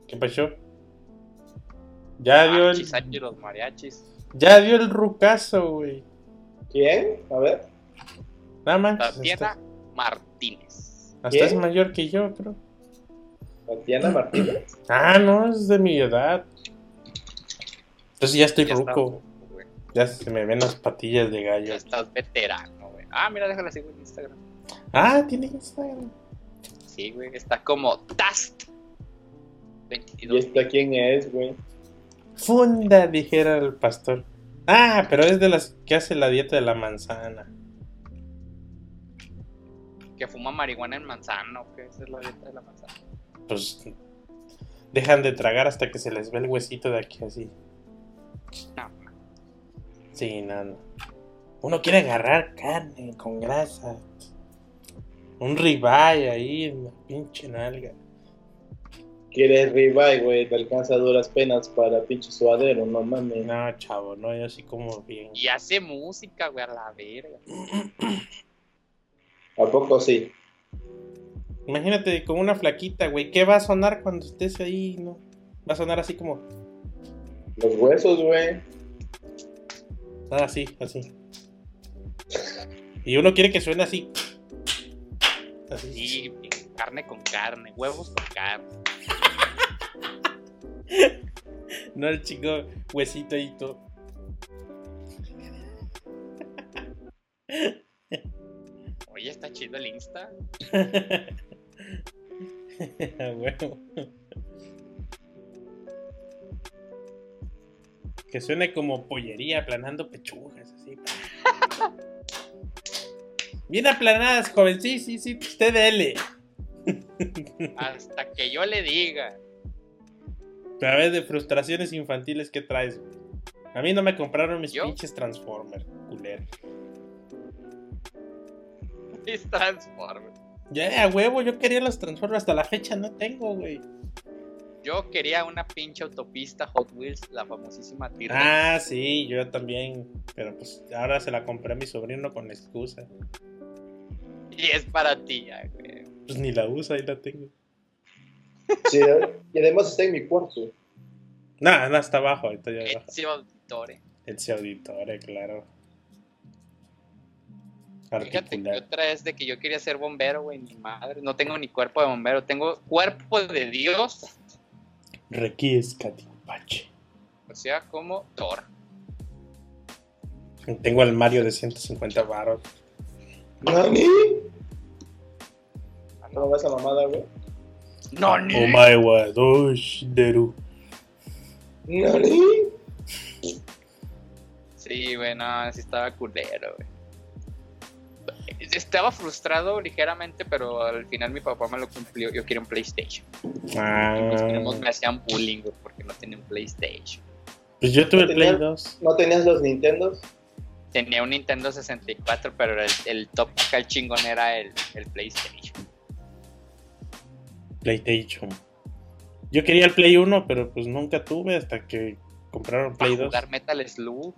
¿Qué pasó? Ya dio el, Mariachis, H, los mariachis. ya dio el rucazo, güey. ¿Quién? A ver. Nada más. Tatiana Hasta, Martínez. hasta ¿Quién? es mayor que yo, creo. Tatiana Martínez. Ah, no, es de mi edad. Entonces ya estoy Ya está, ruco. güey. Ya se me ven las patillas de gallo. Ya estás veterano, güey. Ah, mira, déjala seguir en Instagram. Ah, tiene Instagram. Sí, güey, está como Tast. ¿Y 22. esta quién es, güey? Funda, dijera el pastor. Ah, pero es de las que hace la dieta de la manzana. Que fuma marihuana en manzano, que esa es la dieta de la manzana. Pues dejan de tragar hasta que se les ve el huesito de aquí así. No. Sí, no, no. Uno quiere agarrar carne con grasa. Un ribeye ahí en la pinche nalga. ¿Quieres ribeye, güey? Te alcanza a duras penas para pinche suadero, no mames. No, chavo, no, yo sí como bien. Y hace música, güey, a la verga. ¿A poco sí? Imagínate con una flaquita, güey. ¿Qué va a sonar cuando estés ahí? No. Va a sonar así como. Los huesos, güey. Ah, así, así. Y uno quiere que suene así. Así. Sí, carne con carne, huevos con carne. No el chico huesito y todo. Oye, está chido el Insta. Ah, huevo. Que suene como pollería aplanando pechugas, así. Bien aplanadas, joven. Sí, sí, sí. Usted dele. Hasta que yo le diga. Pero a ver, de frustraciones infantiles que traes, güey? A mí no me compraron mis ¿Yo? pinches Transformers, culero. Es Transformer. Ya, a huevo, yo quería los Transformers. Hasta la fecha no tengo, güey. Yo quería una pinche autopista Hot Wheels, la famosísima tira. Ah, sí, yo también. Pero pues ahora se la compré a mi sobrino con excusa. Y es para ti, ay, güey. Pues ni la usa, ahí la tengo. Sí, ¿eh? y además está en mi cuarto. No, no, está abajo, ahorita ya abajo. Ezio Auditore. Etsy Auditore, claro. Fíjate que Articular. otra vez de que yo quería ser bombero, güey, mi madre. No tengo ni cuerpo de bombero, tengo cuerpo de Dios. Requis Catipache. O sea, como Thor. Tengo el Mario de 150 baros. ¿Nani? Ah, ¿Cómo va esa mamada, güey? No, Oh ni. my god, oh, Deru. ¿Nani? Sí, güey, no, sí estaba culero, güey. Estaba frustrado ligeramente, pero al final mi papá me lo cumplió. Yo quiero un PlayStation. Pues, Mis primos me Ah, hacían bullying, güey, porque no tenían un PlayStation. pues yo tuve Tenía- Play 2. ¿No tenías los Nintendos? Tenía un Nintendo 64, pero el, el top acá, el chingón, era el, el PlayStation. PlayStation. Yo quería el Play 1, pero pues nunca tuve hasta que compraron Para Play 2. jugar Metal Slug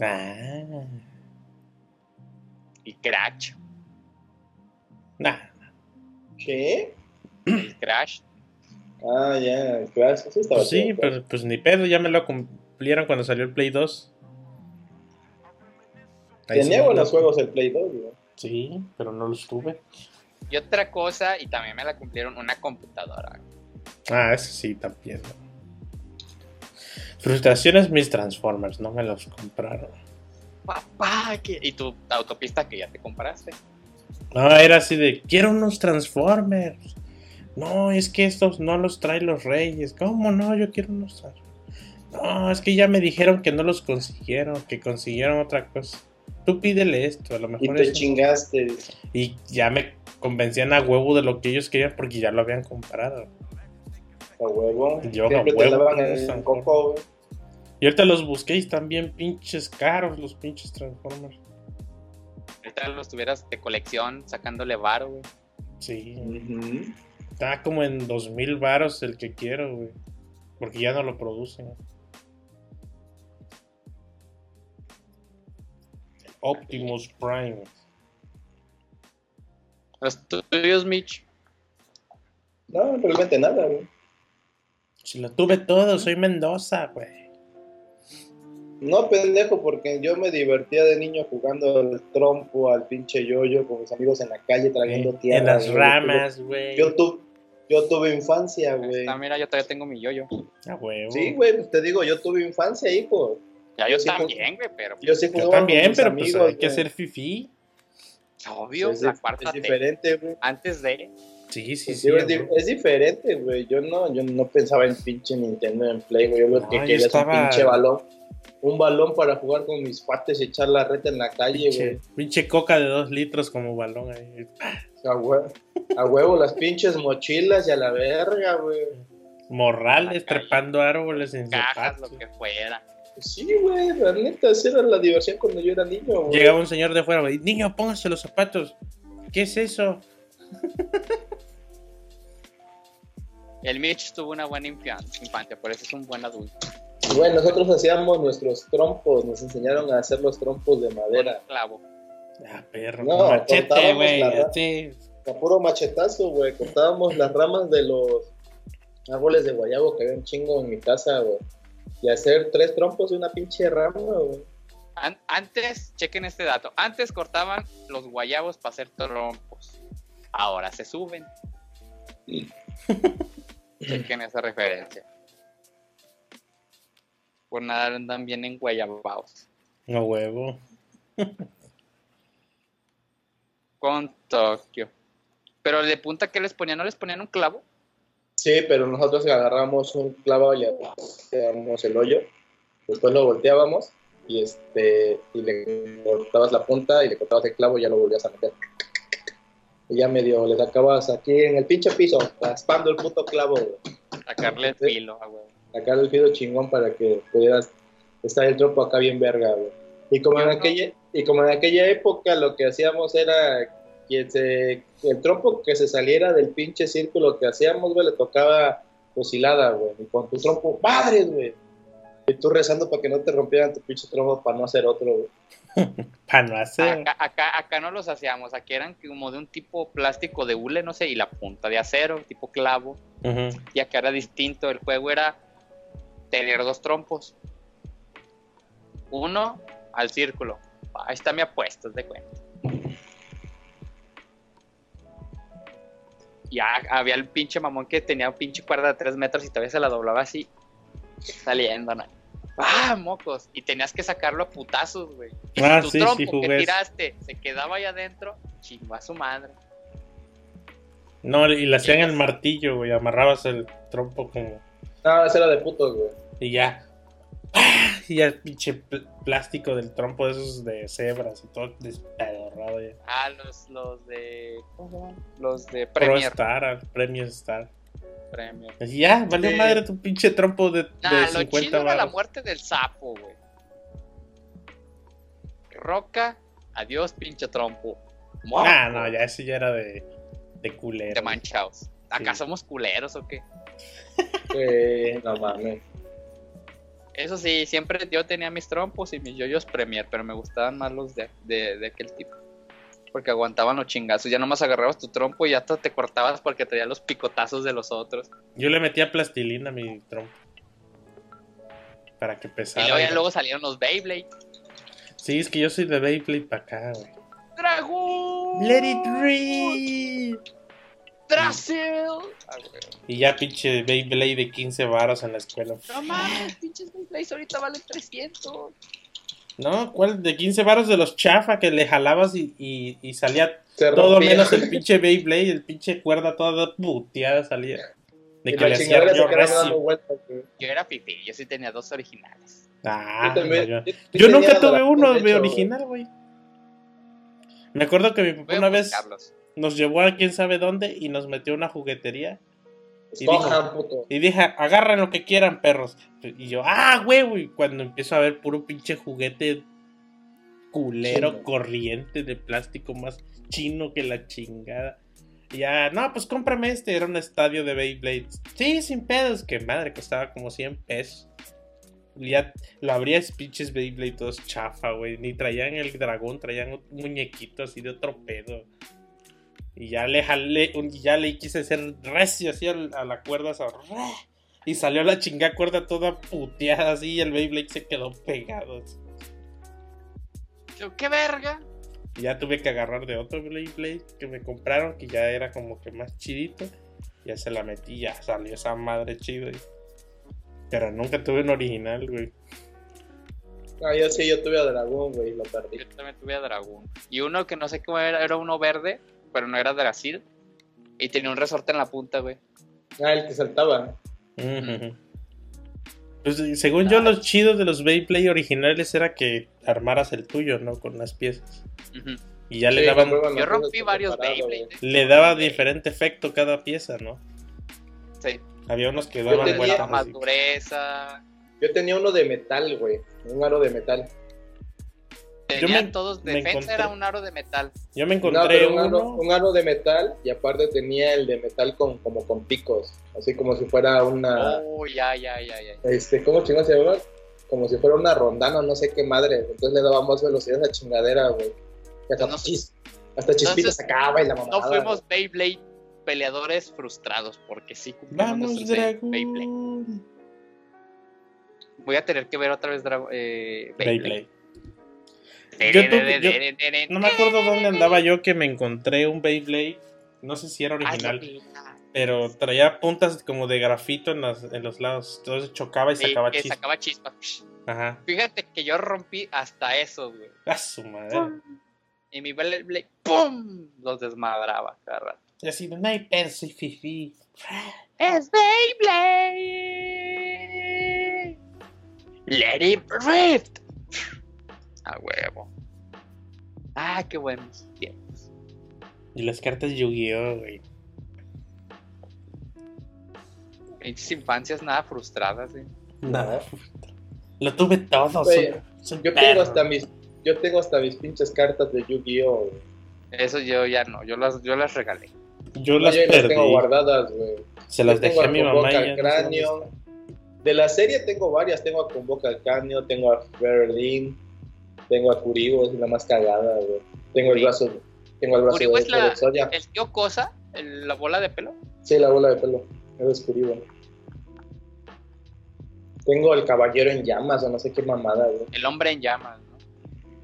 Ah, y Crash. nah. ¿Qué? El Crash. Ah, ya, gracias. Sí, estaba Pues sí, chido, pero pues ni pedo, ya me lo cumplieron cuando salió el Play 2. Ahí sí Tenía me buenos lo- juegos el Play 2, güey. Sí, pero no los tuve. Y otra cosa, y también me la cumplieron una computadora. Ah, eso sí, también. Frustraciones mis Transformers, no me los compraron. Papá, ¿qué? y tu autopista que ya te compraste. No, era así de, quiero unos Transformers. No, es que estos no los traen los reyes. ¿Cómo no? Yo quiero unos Transformers. No, es que ya me dijeron que no los consiguieron, que consiguieron otra cosa. Tú pídele esto, a lo Y mejor te es... chingaste. Y ya me convencían a huevo de lo que ellos querían porque ya lo habían comprado. A huevo. Yo a Siempre te huevo lavan con el esa. coco, güey. Y ahorita los busqué y están bien pinches caros los pinches Transformers. Ahorita los tuvieras de colección sacándole varo, güey. Sí. Ujú. Está como en 2000 varos el que quiero, güey. Porque ya no lo producen. Optimus Prime. Los tuyos, Mitch. No, realmente nada, güey. Si lo tuve todo, soy Mendoza, güey. No, pendejo, porque yo me divertía de niño jugando al trompo, al pinche yoyo, con mis amigos en la calle tragando tierra. En las güey. ramas, güey. Yo tuve, yo tuve infancia, güey. Ah, mira, yo todavía tengo mi yoyo. A huevo. Sí, güey, pues te digo, yo tuve infancia, hijo. Ya yo Sí, pues. también, güey, pero Yo sí Yo jugaba con también, mis pero amigos, pues hay que güey. ser fifi. pues, obvio, es, la di- cuarta es T. diferente, güey. Antes de. Sí, sí, Pues sí. digo, es, a di- huevo. es diferente, güey. Yo no, yo no pensaba en pinche Nintendo en Play, güey. Yo lo No, que Ah, yo quería es estaba- un pinche balón. Un balón para jugar con mis cuates y echar la reta en la calle, Pinche, güey. pinche coca de dos litros como balón ahí. A hue- a huevo, las pinches mochilas y a la verga, güey. Morrales La calle. trepando árboles en su cajas, patio. lo que fuera. Sí, güey, la neta, esa era la diversión cuando yo era niño, güey. Llegaba un señor de fuera, güey. Niño, póngase los zapatos. ¿Qué es eso? El Mitch tuvo una buena infan- infancia, por eso es un buen adulto. Güey, nosotros hacíamos nuestros trompos, nos enseñaron a hacer los trompos de madera. Clavo. Ah, perro. No, con machete, cortábamos güey. la ra- así. A puro machetazo, güey, cortábamos las ramas de los árboles de guayabo que había un chingo en mi casa, güey. Y hacer tres trompos de una pinche rama, güey. An- antes, chequen este dato, antes cortaban los guayabos para hacer trompos. Ahora se suben. chequen esa referencia. Por nada andan bien en guayabaos. No huevo. Con Tokio. Pero de punta que les ponían, ¿no les ponían un clavo? Sí, pero nosotros agarramos un clavo y le hacíamos el hoyo. Después lo volteábamos y este y le cortabas la punta y le cortabas el clavo y ya lo volvías a meter. Y ya medio le sacabas aquí en el pinche piso, raspando el puto clavo, güey. Sacarle el Sí. filo, ah, a huevo. sacar el filo chingón para que pudieras estar el trompo acá bien verga, güey. Y como en Yo no. aquella, y como en aquella época lo que hacíamos era que se- el trompo que se saliera del pinche círculo que hacíamos, güey, le tocaba fusilada, güey. Y con tu trompo, padre, güey. Y tú rezando para que no te rompieran tu pinche trompo para no hacer otro, güey. Para no hacer. Acá, acá, acá no los hacíamos, aquí eran como de un tipo plástico de hule, no sé, y la punta de acero, tipo clavo. Ujú. y acá era distinto. El juego era tener dos trompos. Uno al círculo. Ahí está mi apuesta, haz de cuenta. Ya había el pinche mamón que tenía un pinche cuerda de tres metros y todavía se la doblaba así, saliendo, ¿no? ¡Ah, mocos! Y tenías que sacarlo a putazos, güey. Ah, tu sí, trompo sí, que jugué. eso. tiraste se quedaba ahí adentro, chingó a su madre. No, y le hacían el martillo, güey. Amarrabas el trompo como. No, esa era de putos, güey. Y ya. ¡Ah! Y ya el pinche pl- plástico del trompo de esos de cebras y todo despedorrado ya. Ah, los, los de. ¿Cómo se llaman? Los de Pro Premier. Star, al Premio Star. Premier. Y ya, valió Sí. madre tu pinche trompo de, de Nah, lo 50 chido era la varos. muerte del sapo, güey. Roca, adiós, pinche trompo. Moco, Ah, no, ya ese ya era de, de culero. Te manchaos. ¿Acá Sí. somos culeros o qué? Que eh, no mames. Eso sí, siempre yo tenía mis trompos y mis yoyos Premier, pero me gustaban más los de, de, de aquel tipo. Porque aguantaban los chingazos. Ya nomás agarrabas tu trompo y ya hasta te cortabas porque traía los picotazos de los otros. Yo le metía plastilina a mi trompo. Para que Y pesara. luego, ya luego salieron los Beyblade. Sí, es que yo soy de Beyblade para acá, güey. ¡Dragón! Let it rip. ¡Drasil! Ah, güey. Y ya pinche Beyblade de 15 varos en la escuela. No mames, pinches Beyblades ahorita valen 300. No, ¿cuál? De 15 varos de los chafa que le jalabas y, y, y salía Se todo rompía. menos el pinche Beyblade, el pinche cuerda toda puteada salía. Y De que la le hacía chingadera se yo quedaba recio. dando vueltas, güey. Yo era fifi, yo sí tenía dos originales. Ah, Yo también- no, yo- yo- Yo tenía nunca la tuve de uno de hecho, original, güey. Me acuerdo que mi Voy papá a una vez buscarlos. nos llevó a quién sabe dónde y nos metió a una juguetería. güey. Escojan, puto. Y dije, agarren lo que quieran, perros. Y yo, ah, huevo. Y cuando empiezo a ver puro pinche juguete culero, Chino. corriente, de plástico más chino que la chingada. Y ya, no, pues cómprame este. Era un estadio de Beyblades. Sí, sin pedos. Que madre, costaba como 100 pesos. Y Ya lo abría es pinches Beyblade todos chafa, güey. Ni traían el dragón, traían un muñequito así de otro pedo. Y ya le jalé, un- y ya le quise hacer recio así al- a la cuerda. así, re, y salió la chingada cuerda toda puteada así y el Beyblade se quedó pegado. así. Yo, ¿Qué verga? Y ya tuve que agarrar de otro Beyblade que me compraron, que ya era como que más chidito. Ya se la metí, ya salió esa madre chida. y- Pero nunca tuve un original, güey. Ah, yo sí, yo tuve a Dragón, güey, y lo perdí. Yo también tuve a Dragón. Y uno que no sé cómo era, era uno verde, pero no era Drasil. Y tenía un resorte en la punta, güey. Ah, el que saltaba. Ujú. Pues, eh, según yo, los chidos de los Beyblade originales era que armaras el tuyo, ¿no? Con las piezas. Ujú. Y ya le Sí, daban, compraban Yo las cosas rompí por varios separado, güey. Beyblades. le daba diferente efecto cada pieza, ¿no? Sí. Había unos que Yo daban tenía vueltas. más así. dureza. Yo tenía uno de metal, güey. Un aro de metal. Tenían me- todos me defensa, encontré- era un aro de metal. Yo me No, encontré pero un aro, uno. un aro de metal y aparte tenía el de metal con como con picos. Así como si fuera una. Oh, ya, ya, ya, ya. Este, ¿Cómo chingón se llamaba? Como si fuera una rondana, no sé qué madre. Entonces le daba más velocidad a esa chingadera, güey. Y Hasta, chis- Entonces- hasta chispitas entonces, sacaba y la mamada. No fuimos Beyblade peleadores frustrados, porque sí cumplimos Vamos, nuestros Beyblade. dragón. Voy a tener que ver otra vez Drago- eh, Beyblade. Beyblade. Yo tuve- yo- Tererererere. No me acuerdo dónde andaba yo que me encontré un Beyblade. No sé si Ah, era Ay, original, la- pero traía puntas como de grafito en, las- en los lados. Entonces chocaba y Sí, sacaba que chispas. sacaba chispas. Ajá. Fíjate que yo rompí hasta eso, güey. A su madre. Y mi Beyblade, ¡pum! Los desmadraba, cada rato. Y así de, no hay peso y fifi. ¡Es Beyblade! ¡Let it rip! A huevo. Ah, qué buenos tiempos. Y las cartas Yu-Gi-Oh, güey. Pinches infancias nada frustradas, ¿eh? Nada. Lo tuve todo. Güey, soy- soy Yo tengo perro. hasta mis. Yo tengo hasta mis pinches cartas de Yu-Gi-Oh! güey. Eso yo ya no, yo las, yo las regalé. Yo No, las yo ahí perdí. tengo guardadas, güey. Se las Yo tengo dejé a mi Con mamá. Boca y al ya no sé dónde cráneo. está. De la serie tengo varias, tengo a Convoca al Cráneo, tengo a Berlin, tengo a Curibo, es la más cagada, güey. Tengo el Curibo. brazo, tengo el brazo Curibo de, es la- de Soria. El tío Cosa, el- la bola de pelo. Sí, la bola de pelo, eso es Curibo. Tengo el caballero en llamas, o no sé qué mamada, güey. El hombre en llamas,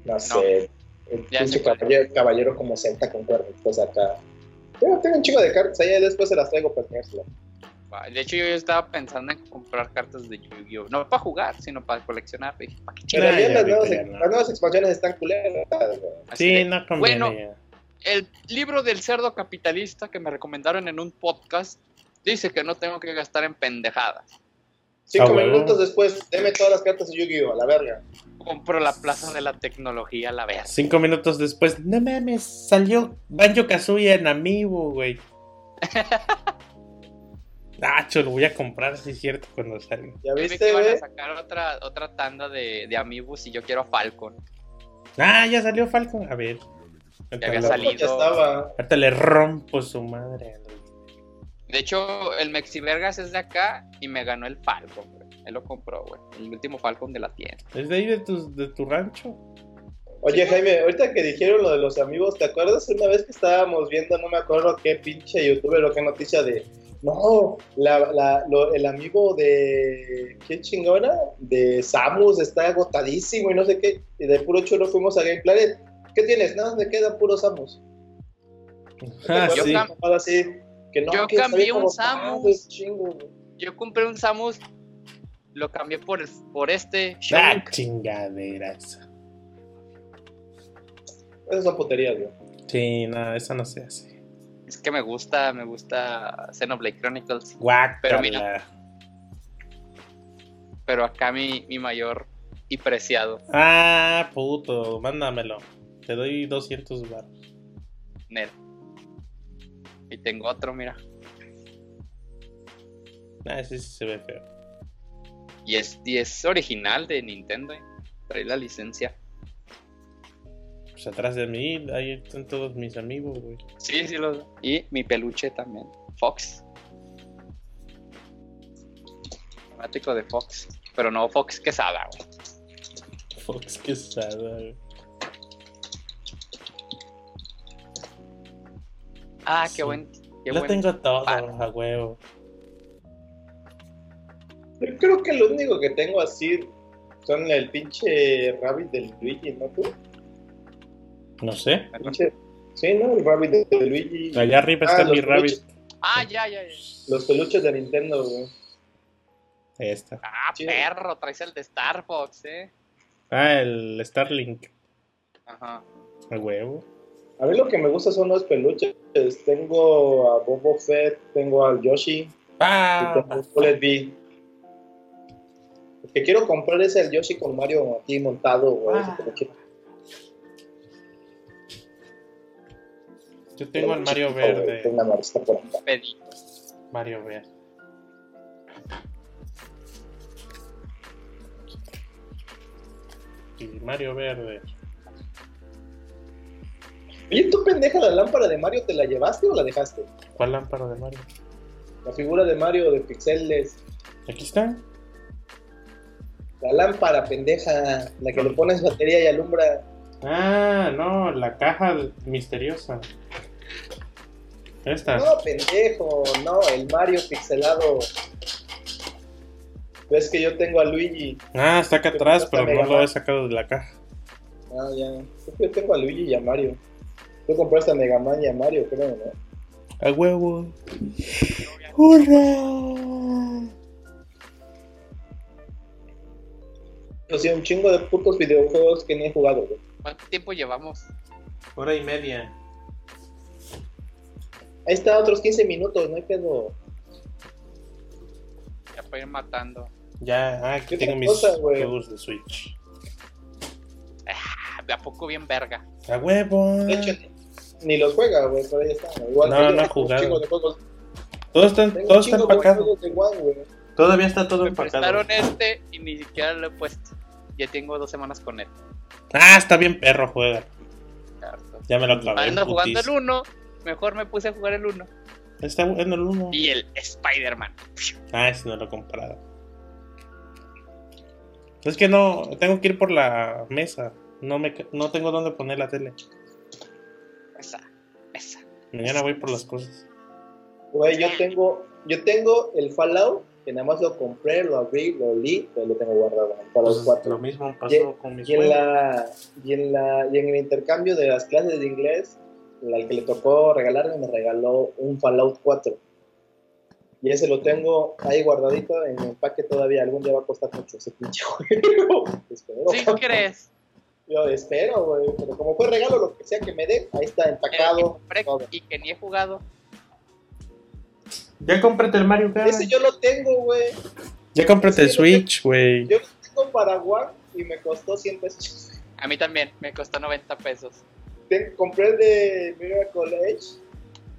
¿no? No sé. El Ya pinche sé cuál. caballero, caballero como celta con cuernitos acá. Tengo, tengo un chico de cartas, ahí después se las traigo para tenerlas. Pa- De hecho, yo yo estaba pensando en comprar cartas de Yu-Gi-Oh! No para jugar, sino para coleccionar. Dije, ¿pa' qué Pero Nah, bien, ya las, ahorita nuevas, ya no. las nuevas expansiones están culeras, güey. chingas? Sí, Así no conviene. Bueno. El libro del cerdo capitalista que me recomendaron en un podcast dice que no tengo que gastar en pendejadas. Cinco Ah, huevo. minutos después, deme todas las cartas de Yu-Gi-Oh! a la verga. Compro la plaza de la tecnología a la vez. Cinco minutos después, no mames, salió Banjo Kazooie en Amiibo, güey. Nacho, lo voy a comprar, si es cierto, cuando salga. ¿Ya Yo vi viste, que van güey? a sacar otra, otra tanda de, de amibus y yo quiero a Falcon. Ah, ya salió Falcon. A ver. Ahorita, Ya había lo- salido. Ya estaba. ahorita le rompo su madre. De hecho, el Mexivergas es de acá y me ganó el Falcon, güey. Él lo compró, güey. El último Falcon de la tienda. ¿Es de ahí de tu, de tu rancho? Oye, Jaime, ahorita que dijeron lo de los amigos, ¿te acuerdas una vez que estábamos viendo, no me acuerdo qué pinche youtuber o qué noticia de. No, la, la- lo- el amigo de. ¿Qué chingona? De Samus está agotadísimo y no sé qué. Y de puro chulo fuimos a Game Planet. ¿Qué tienes? Nada, me quedan puros Samus. Ah, Yo sí. cam- Ahora sí, que no, Yo que está cambié bien un agotado, Samus. es Chingo, güey. Yo compré un Samus, lo cambié por, el- por este Ah, Shulk. chingaderas. Esas son puterías, güey. Sí, no, eso no se hace. Es que me gusta, me gusta Xenoblade Chronicles. Guácala. Pero mira. Pero acá mi, mi mayor y preciado, Ah, puto, mándamelo. Te doy 200 bar. Nero. Y tengo otro, mira. Ah, ese sí se ve feo. Y es, y es original de Nintendo. ¿eh? Trae la licencia. Pues atrás de mí, ahí están todos mis amigos, güey. Sí, sí, lo Y mi peluche también. Fox. Fanático de Fox. Pero no Fox Quesada, güey. Fox Quesada, güey. Ah, Sí. qué buen. Qué Lo buen- tengo todo, pan. Ah. a huevo. Yo creo que lo único que tengo así son el pinche Rabbit del Luigi, ¿no tú? No sé. Pinche- Sí, ¿no? El Rabbit de Luigi. Allá arriba está Ah, mi los rabbit. Ah, ya, ya, ya. Los peluches de Nintendo, güey. Ahí está. Ah, Sí. perro, traes el de Star Fox, eh. Ah, el Starlink. Ajá. A huevo. A mí lo que me gusta son los peluches. Tengo a Bobo Fett, tengo al Yoshi, y tengo ¡Ah! a Bulletsby. El que quiero comprar es el Yoshi con Mario aquí montado, güey. Ah, ese peluche. Yo tengo el Mario Chiquito, güey, Verde. Tengo una marista por acá. Pedí. Mario Verde. Y Mario Verde. Oye, tú pendeja, la lámpara de Mario, ¿te la llevaste o la dejaste? ¿Cuál lámpara de Mario? La figura de Mario de pixeles. Aquí está. La lámpara, pendeja. La que le pones batería y alumbra. Ah, no, la caja misteriosa. Esta. No, pendejo. No, el Mario pixelado. Ves que yo tengo a Luigi. Ah, está acá atrás, pero no lo Megaman. he sacado de la caja. Ah, ya. Creo que Yo tengo a Luigi y a Mario. Tú compraste a Mega Man y a Mario, creo, ¿no? A huevo. ¡Hurra! O sea, un chingo de putos videojuegos que ni he jugado, güey. ¿Cuánto tiempo llevamos? Hora y media. Ahí está, otros 15 minutos, no hay pedo. Ya para ir matando. Ya, ah, ¿Qué aquí tengo otra mis cosa, güey? juegos de Switch. Ah, ¿De a poco bien verga? ¡A huevo! De hecho, ni los juega, güey, pero ahí está. Igual No, que yo, no ha tengo un jugado. chingo de juegos. Todo está, Tengo todo un está chingo de empacado. juegos de One, güey. Todavía está todo Me empacado. prestaron este y ni siquiera lo he puesto. Ya tengo dos semanas con él. Ah, está bien, perro, juega. Cierto. Ya me lo acabé. Ando jugando putis. el 1. Mejor me puse a jugar el 1. Está bueno el 1. Y el Spider-Man. Ah, ese no lo he comprado. Es que no, tengo que ir por la mesa. No, me, ca- no tengo dónde poner la tele. Esa, esa. Mañana voy por las cosas. Güey, Ah. yo tengo, yo tengo el Fallout, que nada más lo compré, lo abrí, lo olí, pero lo tengo guardado para los Entonces, Pues, lo cuatro. mismo pasó Y- con mis Y en, juegos. la, y, en la, y en el intercambio de las clases de inglés, al que le tocó regalarme, me regaló un Fallout 4. Y ese lo tengo ahí guardadito en empaque todavía. Algún día va a costar mucho ese pinche juego. espero, ¿Sí crees? yo espero, güey. Pero como fue regalo, lo que sea que me dé, ahí está El que empacado. compré todo. y que ni he jugado. Ya cómprate el Mario Kart. Ese yo lo tengo, güey. Ya cómprate el ese yo lo Switch, güey. Yo lo tengo en Paraguay y me costó 100 pesos. A mí también. Me costó 90 pesos. Te- compré el de Miracle Edge.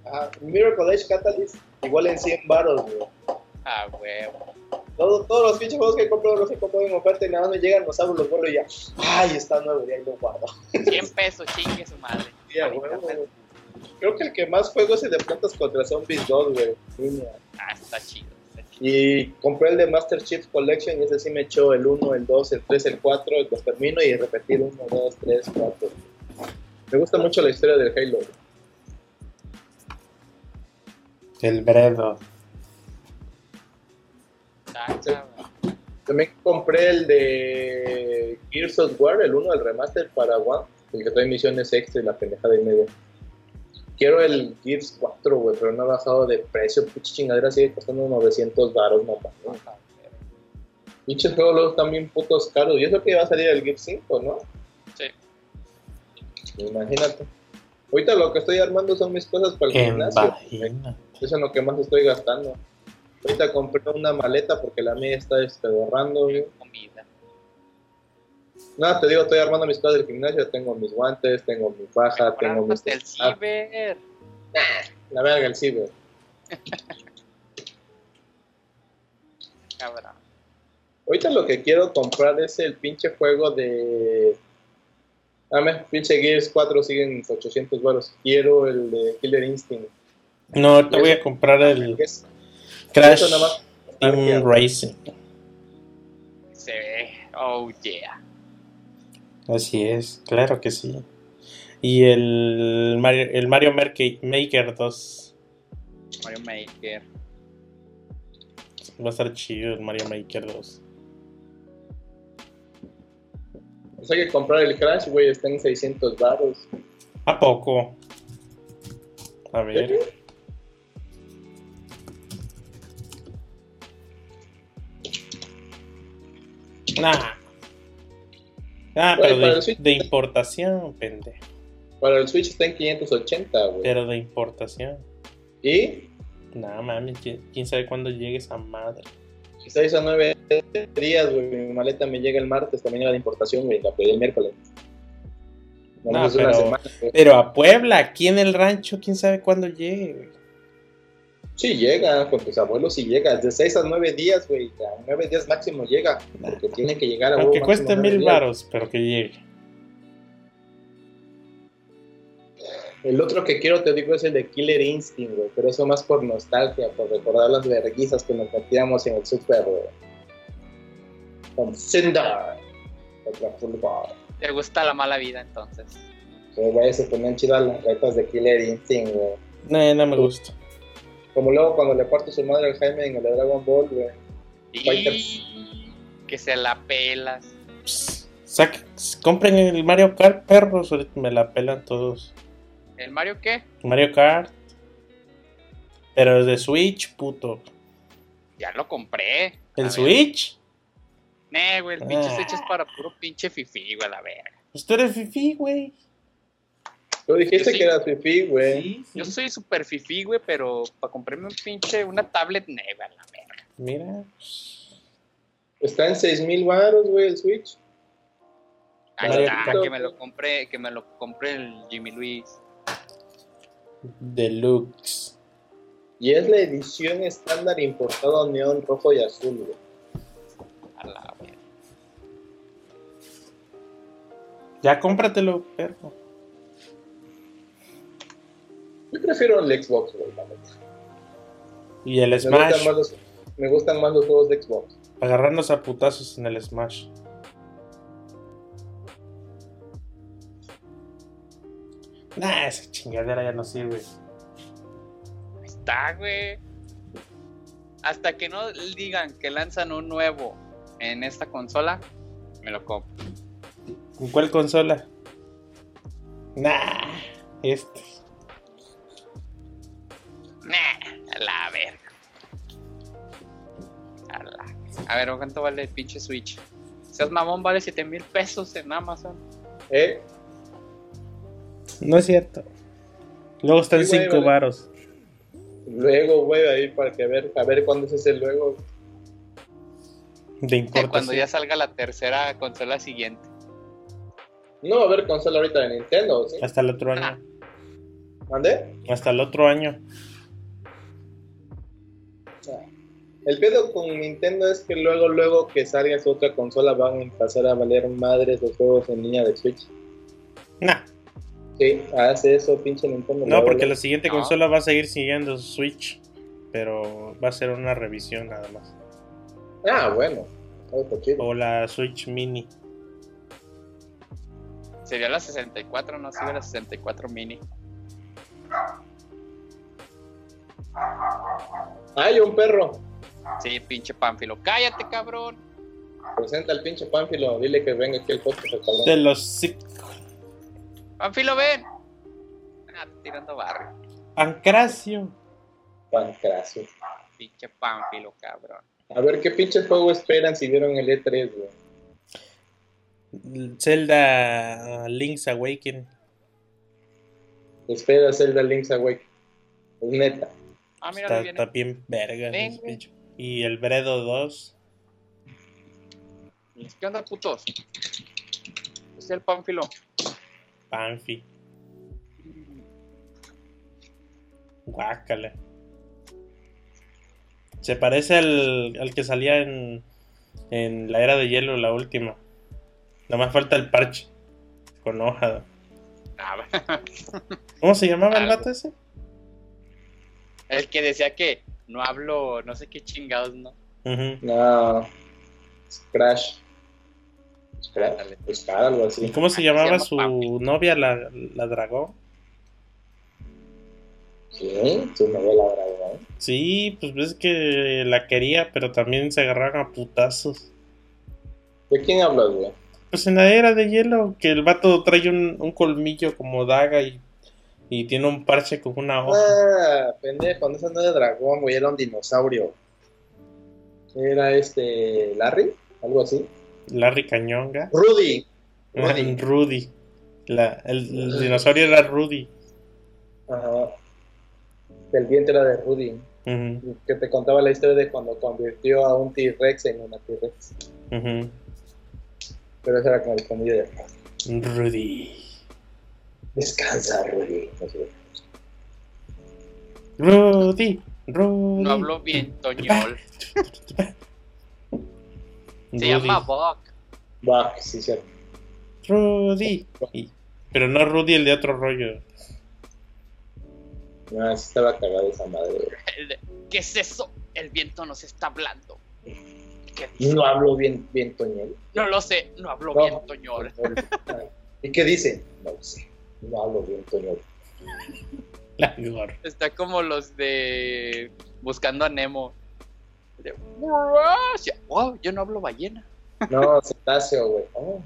Ajá, Miracle Edge Catalyst. Igual en 100 baros, güey. Ah, huevo. Todo- todos los pinches juegos que he comprado los he comprado en oferta y nada más me llegan, los abro, los vuelo y ya. Ay, está nuevo, ya ahí lo guardo. 100 pesos, chingue su madre. Ya, güey, güey. Creo que el que más juego es el de Plantas contra Zombies 2, güey. Niña. Ah, está chido. está chido. Y compré el de Master Chief Collection y ese sí me echó el 1, el 2, el 3, el 4, lo termino y repetir 1, 2, 3, 4. Me gusta mucho la historia del Halo. güey. El Bredo. Está cabrón. También compré el de Gears of War, el 1, el remaster para One, el que trae misiones extra y la pendeja de medio. Quiero el Gears 4, güey, pero no ha bajado de precio. Pinche chingadera sigue costando 900 baros, mamá. ¿no? Pinches juegos luego están bien putos caros. Yo creo que va a salir el Gears 5, ¿no? Sí. Imagínate. Ahorita lo que estoy armando son mis cosas para el En gimnasio. vagina. Eso es lo que más estoy gastando. Ahorita compré una maleta porque la mía está despedorrando, güey. Comida. No, te digo, estoy armando mis cosas del gimnasio. Tengo mis guantes, tengo mi faja, tengo mis. ah, Comprándote pues, el ciber. La verga, el ciber. cabrón. Ahorita lo que quiero comprar es el pinche juego de. Ah, me, pinche Gears 4 siguen 800 baros. Quiero el de Killer Instinct. No, te voy a comprar el que es- Crash eso nada más- Team Racing. Se ve. Oh, yeah. Así es, claro que sí. Y el Mario, el Mario Merca- Maker 2. Mario Maker. Va a estar chido el Mario Maker 2. Pues hay que comprar el Crash, güey. Está en 600 baros. ¿A poco? A ver. Nah. Ah, Güey, pero para el de, Switch. de importación, pendejo. Para el Switch está en 580, güey. Pero de importación. Y Nah, mames, qui- quién sabe cuándo llegue esa madre. 6 a 9 días, güey. Mi maleta me llega el martes, también era de importación, güey. La pedí el miércoles. No, No, es una Ah, pero- semana, güey. Pero a Puebla, aquí en el rancho, quién sabe cuándo llegue, güey. Sí llega, con tus abuelos sí llega. De 6 a 9 días, güey. A 9 días máximo llega. Porque tiene que llegar a Aunque huevo cueste máximo nueve mil días. varos, pero que llegue. El otro que quiero, te digo, es el de Killer Instinct, güey. Pero eso más por nostalgia, por recordar las verguizas que nos metíamos en el super, güey. Con Cinder. Otra full bar. ¿Te gusta la mala vida entonces? Pero, güey, se ponían chidas las retas de Killer Instinct, güey. No, no me gusta. Como luego cuando le parte su madre al Jaime en el de Dragon Ball, güey. Y... Que se la pelas. Psst, saque- compren el Mario Kart, perros. ahorita Me la pelan todos. ¿El Mario qué? Mario Kart. Pero es de Switch, puto. Ya lo compré. ¿El A ver. Switch? Nee, güey, el pinche Ah. Switch es para puro pinche fifi, güey, la verga. Pues tú eres fifi, güey. Tú dijiste Yo sí. que era fifi, güey. Yo soy super fifi, güey, pero para comprarme un pinche, una tablet, nee, güey, la verga. Mira. Está en 6000 baros, güey, el Switch. Ahí Mario está, Kart. que me lo compré, que me lo compré el Jimmy Luis. Deluxe. Y es la edición estándar importado neón rojo y azul, güey. A la verga. Ya cómpratelo, perro. Yo prefiero el Xbox, güey, la neta. Y el Me gustan, Smash. más los, me gustan más los juegos de Xbox. Agarrarnos a putazos en el Smash. Nah, esa chingadera ya no sirve. Ahí está, güey. Hasta que no digan que lanzan un nuevo en esta consola, me lo compro. ¿Con cuál consola? Nah, este. Nee, a la verga. A la- A ver, ¿cuánto vale el pinche Switch? Seas mamón, vale 7 mil pesos en Amazon. ¿Eh? No es cierto. Luego están Sí, güey, 5 vale. varos. Luego, güey, ahí para que ver, a ver cuándo es ese luego. De Eh, cuando importación. ya salga la tercera consola siguiente. No va a haber consola ahorita de Nintendo, ¿sí? Hasta el otro Ah. año. ¿Mande? Hasta el otro año. El pedo con Nintendo es que luego, luego que salga su otra consola van a empezar a valer madres los juegos en línea de Switch. Nah, Sí, hace eso, pinche Nintendo. no, Pues la porque verdad. la siguiente No. consola va a seguir siguiendo su Switch. Pero va a ser una revisión nada más. Ah, bueno. Oh, está chido. O la Switch Mini. Sería la 64, no sería la 64 mini. ¡Ay, un perro! Sí, pinche Pánfilo. Cállate, cabrón. Presenta al pinche Pánfilo, dile que venga aquí el podcast, el cabrón. De los cinco. Pánfilo, ven. Ah, tirando barrio. Pancracio. Pancracio. Pinche Pánfilo, cabrón. A ver qué pinche juego esperan si vieron el E3, güey. Zelda uh, Link's Awakening. Espera Zelda Link's Awake. Es neta. Ah, mira, Está, ahí viene. está bien verga. Ven, ese güey. pinche. Y el Bredo 2. ¿Qué onda, putos? Es el Pánfilo. Panfi. Guácala. Se parece al, al que salía en, en la era de hielo, la última. Nomás falta el parche. Con hoja. Ah, ¿Cómo se llamaba el Algo. vato ese? el que decía que no hablo, no sé qué chingados, ¿no? Ujú. No. Crash. Crash. Ándale. Buscar algo ¿Y así. cómo se Se llamaba llama su Papi. novia, la, la dragón? ¿Qué? Tu novela dragón. Sí, pues ves que la quería, pero también se agarraron a putazos. ¿De quién hablas, güey? Pues en la era de hielo, que el vato trae un, un colmillo como daga y, y tiene un parche con una hoja. Ah, pendejo, no, ese no era dragón, güey, era un dinosaurio. Era este. Larry, algo así. Larry Cañonga. Rudy. Rudy. Rudy. La- el, el dinosaurio era Rudy. Ajá. El vientre era de Rudy. Ujú, Que te contaba la historia de cuando convirtió a un T-Rex en una T-Rex. ujú. Pero eso era con el comida de Rudy. Descansa, Rudy. No sé. Rudy. Rudy. No hablo bien, Toñol. Se Rudy. llama Buck. Va, sí, cierto. Rudy. Y- pero no Rudy el de otro rollo. No, sí estaba cagado esa madre, güey. El de, ¿Qué es eso? El viento nos está hablando. ¿Qué dice? No hablo bien, bien Toñol. No lo sé, no hablo No. bien, Toñol. ¿Y qué dice? No sé. No hablo bien Toñol. La vigor. Está como los de Buscando a Nemo. De, wow, yo no hablo ballena. No, cetáceo, güey. Oh,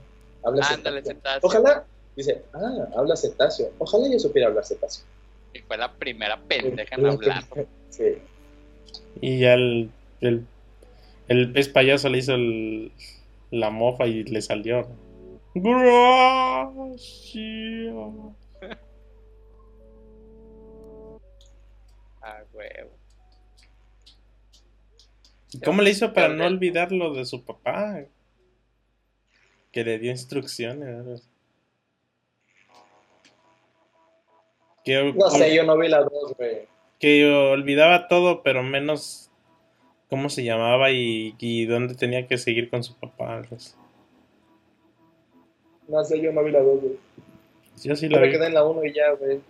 habla Ándale, cetáceo. sentarse. Ojalá, dice, ah, habla cetáceo. Ojalá yo supiera hablar cetáceo. Y fue la primera pendeja en hablar. Sí. Y ya el, el, el pez payaso le hizo el- la mofa y le salió. Gracias. Ah, huevo. ¿Y ¿Cómo le hizo para no olvidar lo de su papá? Que le dio instrucciones. Que, No sé, yo no vi la dos, güey. que olvidaba todo, pero menos cómo se llamaba y, y dónde tenía que seguir con su papá. algo así. No sé, yo no vi la dos, güey. Yo sí Yo la me vi. quedé en la 1 y ya, güey.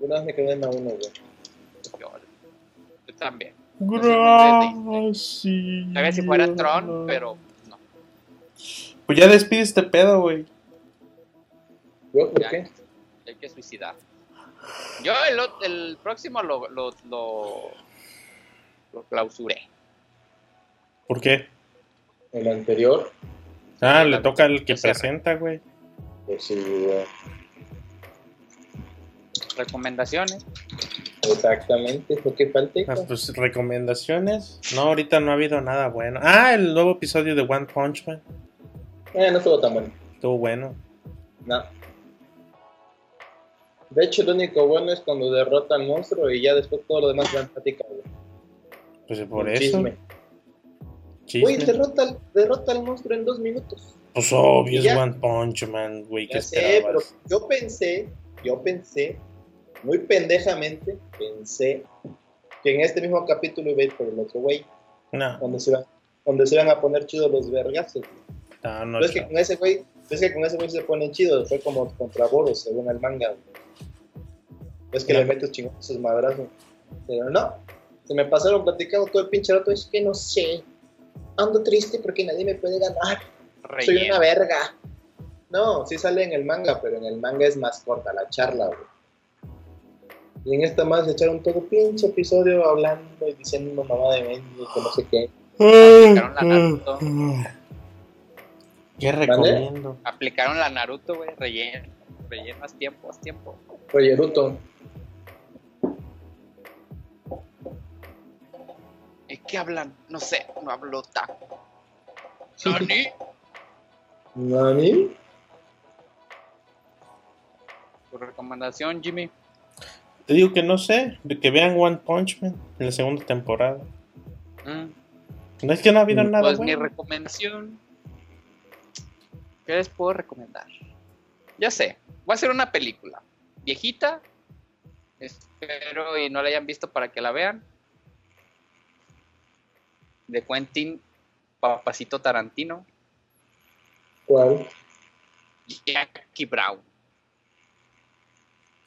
Yo nada más me quedé en la uno, güey. Yo- Yo también. Gracias. Tal vez si fuera Tron, pero no. Pues ya despide este pedo, güey. ¿Yo por Ya. qué? Hay que suicidar. Yo el, ot- el próximo lo, lo, lo, lo clausuré. ¿Por qué? El anterior, Ah, le toca al que Lo cierra. presenta, güey. pues sí, güey. Recomendaciones. Exactamente, ¿por qué falté? Ah, pues recomendaciones. No, ahorita no ha habido nada bueno. Ah, el nuevo episodio de One Punch Man. Eh, no estuvo tan bueno. Estuvo bueno. No. De hecho, lo único bueno es cuando derrota al monstruo y ya después todo lo demás van platicando. Pues por Un eso. chisme. Chisme. Güey, derrota, al- derrota al monstruo en dos minutos. Pues obvio, Y ya. es One Punch Man, güey. ¿Qué Ya sé, pero esperabas? yo pensé, yo pensé, muy pendejamente, pensé que en este mismo capítulo iba a ir por el otro güey, No, donde se, va, donde se iban a poner chidos los vergazos. no, no. Pero es que con ese güey, es que con ese güey se ponen chidos, fue como contra Boros, según el manga. güey. Es que Ya. le metes chingones sus madrazos. Pero no, se me pasaron platicando todo el pinche rato, es que no sé, ando triste porque nadie me puede ganar. Soy una Relleno. verga. No, sí sale en el manga, pero en el manga es más corta la charla, güey. Y en esta más se echaron todo pinche episodio hablando y diciendo mamá de Ben y que no sé qué. sacaron la Naruto. ¿Qué recomiendo? Aplicaron la Naruto, güey. Relleno. Relleno. Haz tiempo, haz tiempo. Oye, Ruto, ¿Y qué hablan? No sé. No hablo taco. ¿Nani? ¿Nani? Tu recomendación, Jimmy. Te digo que no sé, de que vean One Punch Man en la segunda temporada. Mm. No es que no ha habido nada. Pues mi bueno. recomendación. ¿Qué les puedo recomendar? Ya sé, voy a hacer una película. Viejita, Espero y no la hayan visto para que la vean. De Quentin Papacito Tarantino, ¿Cuál? Jackie Brown.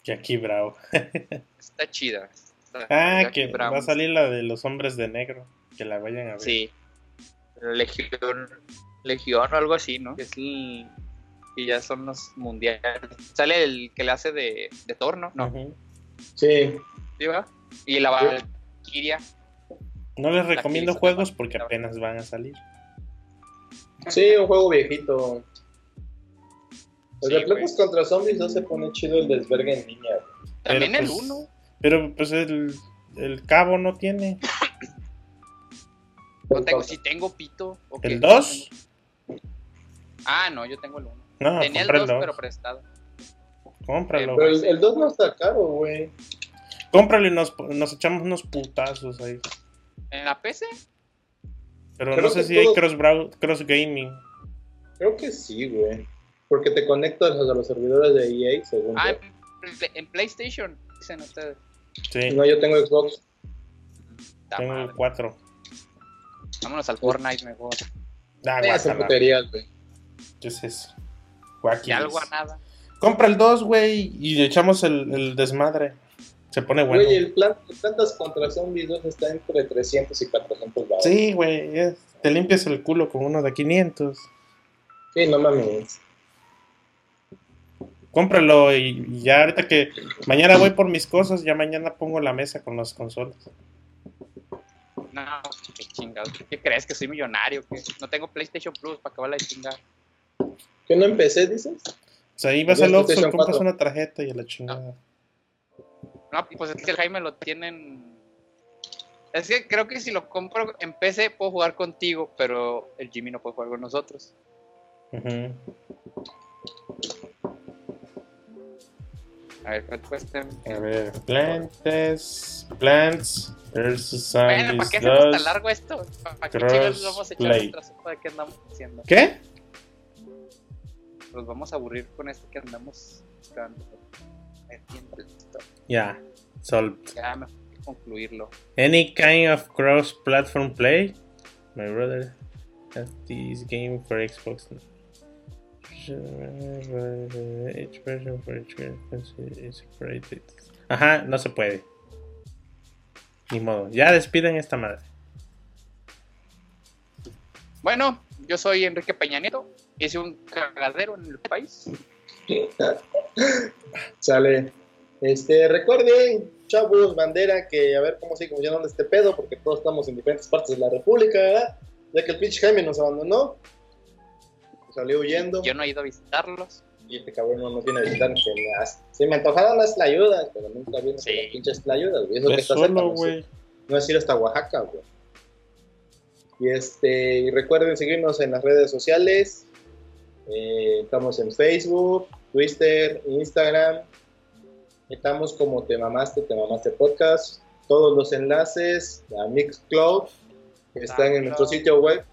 Jackie Bravo. Está chida. Está- Ah, Jackie que Brown. va a salir la de los hombres de negro. Que la vayan a ver. Sí. Legión, Legión o algo así, ¿no? Que es el- que ya son los mundiales. Sale el que le hace de, de Thor, ¿no? No, Ujú. Sí. ¿sí, va? Y la Sí. Valkyria. No les La recomiendo que hizo juegos la- porque apenas van a salir. Sí, un juego viejito. Los Sí, de Plantas güey. contra Zombies no se pone chido el desvergue en línea. güey. También Pero, el pues, 1. Pero pues el, el cabo no tiene. No tengo, si tengo pito. ¿o qué? ¿El 2? Ah, no, yo tengo el 1. No, Tenía el compra Ah, el 2, 2. pero prestado. Cómpralo. Eh, Pero el, el 2 no está caro, güey. Cómpralo y nos, nos echamos unos putazos ahí. ¿En la PC? Pero Creo no sé que si hay todo- cross, brow- cross gaming. Creo que sí, güey. Porque te conectas a los servidores de EA, según Ah, yo. en, en PlayStation, dicen ustedes. Sí, No, yo tengo Xbox. Ah, Ta tengo madre. el 4. Vámonos al Fortnite mejor. Ah, Eh, son guácala. Ah, puterías, güey. ¿Qué es eso? Y algo a Guáquiles. nada. Compra el 2, güey, y echamos el, el desmadre. Se pone bueno. Güey, el plan, Plantas contra Zombies 2 está entre 300 y 400 baros. Sí, güey, es- te limpias el culo con uno de 500. Sí, no mames. Cómpralo y, y ya ahorita que mañana voy por mis cosas, ya mañana pongo la mesa con las consolas. No, qué chingados. ¿Qué crees? ¿Que soy millonario? que No tengo PlayStation Plus para acabar la chingada. ¿Que no empecé, dices? O sea, ahí vas Yo al Oxxo, PlayStation compras 4. una tarjeta y a la chingada. No, pues es que el Jaime lo tienen. Es que creo que si lo compro en PC puedo jugar contigo, pero el Jimmy no puede jugar con nosotros. Ah. Ujú. A ver, ¿cuánto cuesta? A ver, Plants, Plants versus Bueno, ¿para Zombies qué hacemos tan 2. largo esto? ¿Para qué chicos vamos a echar Crossplay. nuestra sopa de qué andamos haciendo? ¿Qué? Nos vamos a aburrir con esto que andamos buscando. Aquí en el store. Ya, sol. Ya mejor hay que concluirlo. Any kind of cross-platform play? My brother has this game for Xbox. Each version for each console is separated. Ajá, no se puede. Ni modo. Ya despiden esta madre. Bueno, yo soy Enrique Peña Nieto. Hice un cagadero en el país. Sale. Este, recuerden, chavos, bandera, que a ver cómo sigue funcionando este pedo, porque todos estamos en diferentes partes de la República, ¿verdad? Ya que el pinche Jaime nos abandonó, salió huyendo, Yo no he ido a visitarlos. y este cabrón no nos viene a visitar. que me hace- Se me antojaron las tlayudas, pero nunca vino Sí. las pinches tlayudas, güey. Eso que Es está cerca, solo, no es, güey. no es ir hasta Oaxaca, güey. Y este, y recuerden seguirnos en las redes sociales. Eh, estamos en Facebook, Twitter, Instagram. Estamos como Te Mamaste, Te Mamaste Podcast. Todos los enlaces a Mixcloud están en nuestro sitio web.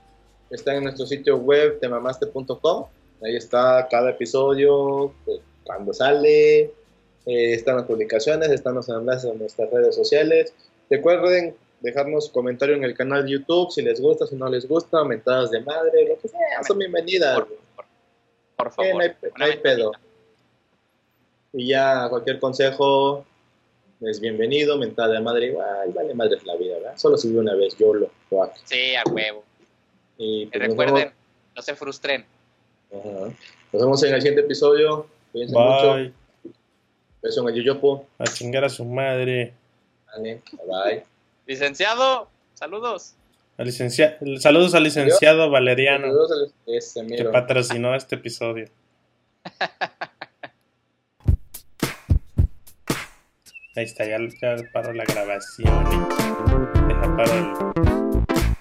Están en nuestro sitio web temamaste.com. Ahí está cada episodio, eh, cuando sale. eh, están las publicaciones, están los enlaces a nuestras redes sociales. Recuerden dejarnos comentario en el canal de YouTube si les gusta, si no les gusta, mentadas de madre, lo que sea, son bienvenidas. Por, por- por Eh, no favor. hay, pe- no hay Una pedo. Y ya, cualquier consejo es bienvenido, mentada de madre, ay, vale madre es la vida, ¿verdad? Solo se vive una vez, yo lo, lo hago. Sí, a huevo. Y Y pues, nos recuerden, no se frustren. vemos- Ajá. Nos vemos en el siguiente episodio. Cuídense mucho. Bye. Beso en el Yuyopo. A chingar a su madre. Dale, bye bye. Licenciado, saludos. Al licencia- Saludos al licenciado Valeriano Saludos a los- Ese, que mero. patrocinó este episodio. Ahí está, ya, ya paro la grabación. Deja paro el.